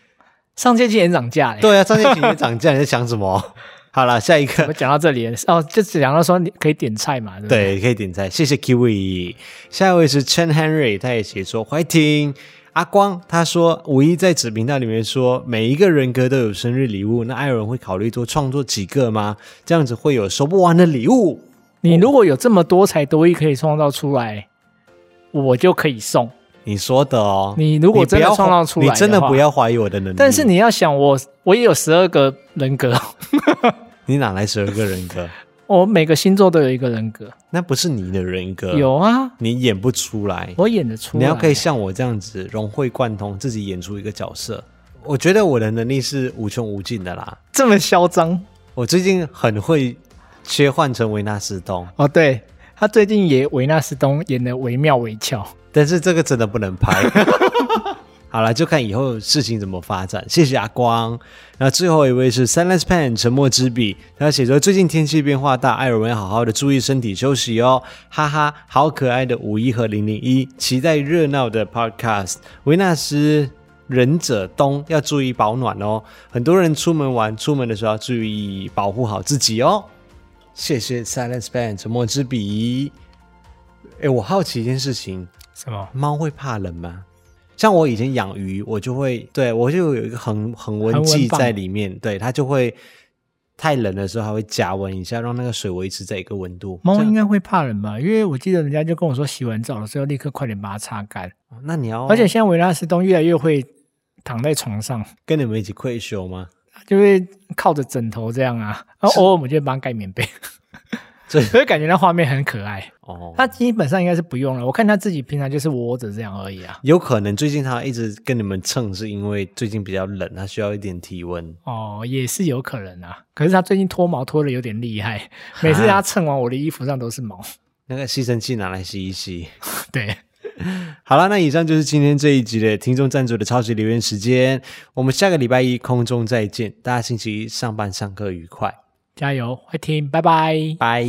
[SPEAKER 2] 上届青也涨价嘞。，
[SPEAKER 1] 对啊，张建平也涨价，你在想什
[SPEAKER 2] (laughs)
[SPEAKER 1] 么？好了，下一
[SPEAKER 2] 我
[SPEAKER 1] 个
[SPEAKER 2] 们，讲到这里了哦，就只讲到说你可以点菜嘛，对不对？
[SPEAKER 1] 对，可以点菜，谢谢 Kiwi。下一位是 Chen Henry，他也写说怀婷。阿光他说，五一在子频道里面说，每一个人格都有生日礼物，那艾伦会考虑多创作几个吗？这样子会有收不完的礼物。
[SPEAKER 2] 你如果有这么多才多艺可以创造出来，我就可以送。
[SPEAKER 1] 你说的哦，
[SPEAKER 2] 你如果
[SPEAKER 1] 不
[SPEAKER 2] 真的
[SPEAKER 1] 要
[SPEAKER 2] 创造出来的
[SPEAKER 1] 你
[SPEAKER 2] 话
[SPEAKER 1] 真的不要怀疑我的能力。
[SPEAKER 2] 但是你要想我，我也有十二个人格， (laughs)
[SPEAKER 1] 你哪来十二个人格？
[SPEAKER 2] 我每个星座都有一个人格。
[SPEAKER 1] 那不是你的人格，
[SPEAKER 2] 有啊，
[SPEAKER 1] 你演不出来。
[SPEAKER 2] 我演得出
[SPEAKER 1] 你
[SPEAKER 2] 来。
[SPEAKER 1] 要可以像我这样子融会贯通，自己演出一个角色。我觉得我的能力是无穷无尽的啦。
[SPEAKER 2] 这么嚣张
[SPEAKER 1] 我最近很会切换成维纳斯东，
[SPEAKER 2] 哦？对他最近也维纳斯东演得惟妙惟肖。
[SPEAKER 1] 但是这个真的不能拍。好了，就看以后事情怎么发展。谢谢阿光。那最后一位是 Silence Pen 沉默之笔，他写说最近天气变化大，艾尔文要好好的注意身体休息哦。哈哈，好可爱的五一和零零一，期待热闹的 Podcast。维纳斯忍者冬要注意保暖哦，很多人出门玩，出门的时候要注意保护好自己哦。谢谢 Silence Pen 沉默之笔。哎，我好奇一件事情，
[SPEAKER 2] 什么？
[SPEAKER 1] 猫会怕冷吗？像我以前养鱼，我就会对我就有一个恒恒温
[SPEAKER 2] 恒
[SPEAKER 1] 剂
[SPEAKER 2] 温棒
[SPEAKER 1] 在里面，对它就会太冷的时候还会加温一下，让那个水维持在一个温度。
[SPEAKER 2] 猫
[SPEAKER 1] 这
[SPEAKER 2] 应
[SPEAKER 1] 样
[SPEAKER 2] 该会怕冷吧？因为我记得人家就跟我说，洗完澡的时候立刻快点把它擦干。
[SPEAKER 1] 哦那你要
[SPEAKER 2] 而且现在维纳斯东越来越会躺在床上，
[SPEAKER 1] 跟你们一起愧羞吗？
[SPEAKER 2] 他就会靠着枕头这样啊。然后偶尔我们就会帮他盖棉被，
[SPEAKER 1] 这
[SPEAKER 2] (laughs) 所以感觉那画面很可爱。
[SPEAKER 1] 哦，
[SPEAKER 2] 他基本上应该是不用了，我看他自己平常就是窝着这样而已啊。
[SPEAKER 1] 有可能最近它一直跟你们蹭，是因为最近比较冷，它需要一点体温。
[SPEAKER 2] 哦，也是有可能啊。可是他最近脱毛脱的有点厉害，每 (laughs) 次他蹭完我的衣服上都是毛。 (laughs)
[SPEAKER 1] 那个吸尘器拿来吸一吸。 (laughs)
[SPEAKER 2] 对，
[SPEAKER 1] 好了，那以上就是今天这一集的听众赞助的超级留言时间。我们下个礼拜一空中再见，大家星期一上班上课愉快，
[SPEAKER 2] 加油，会听，拜拜。
[SPEAKER 1] 拜。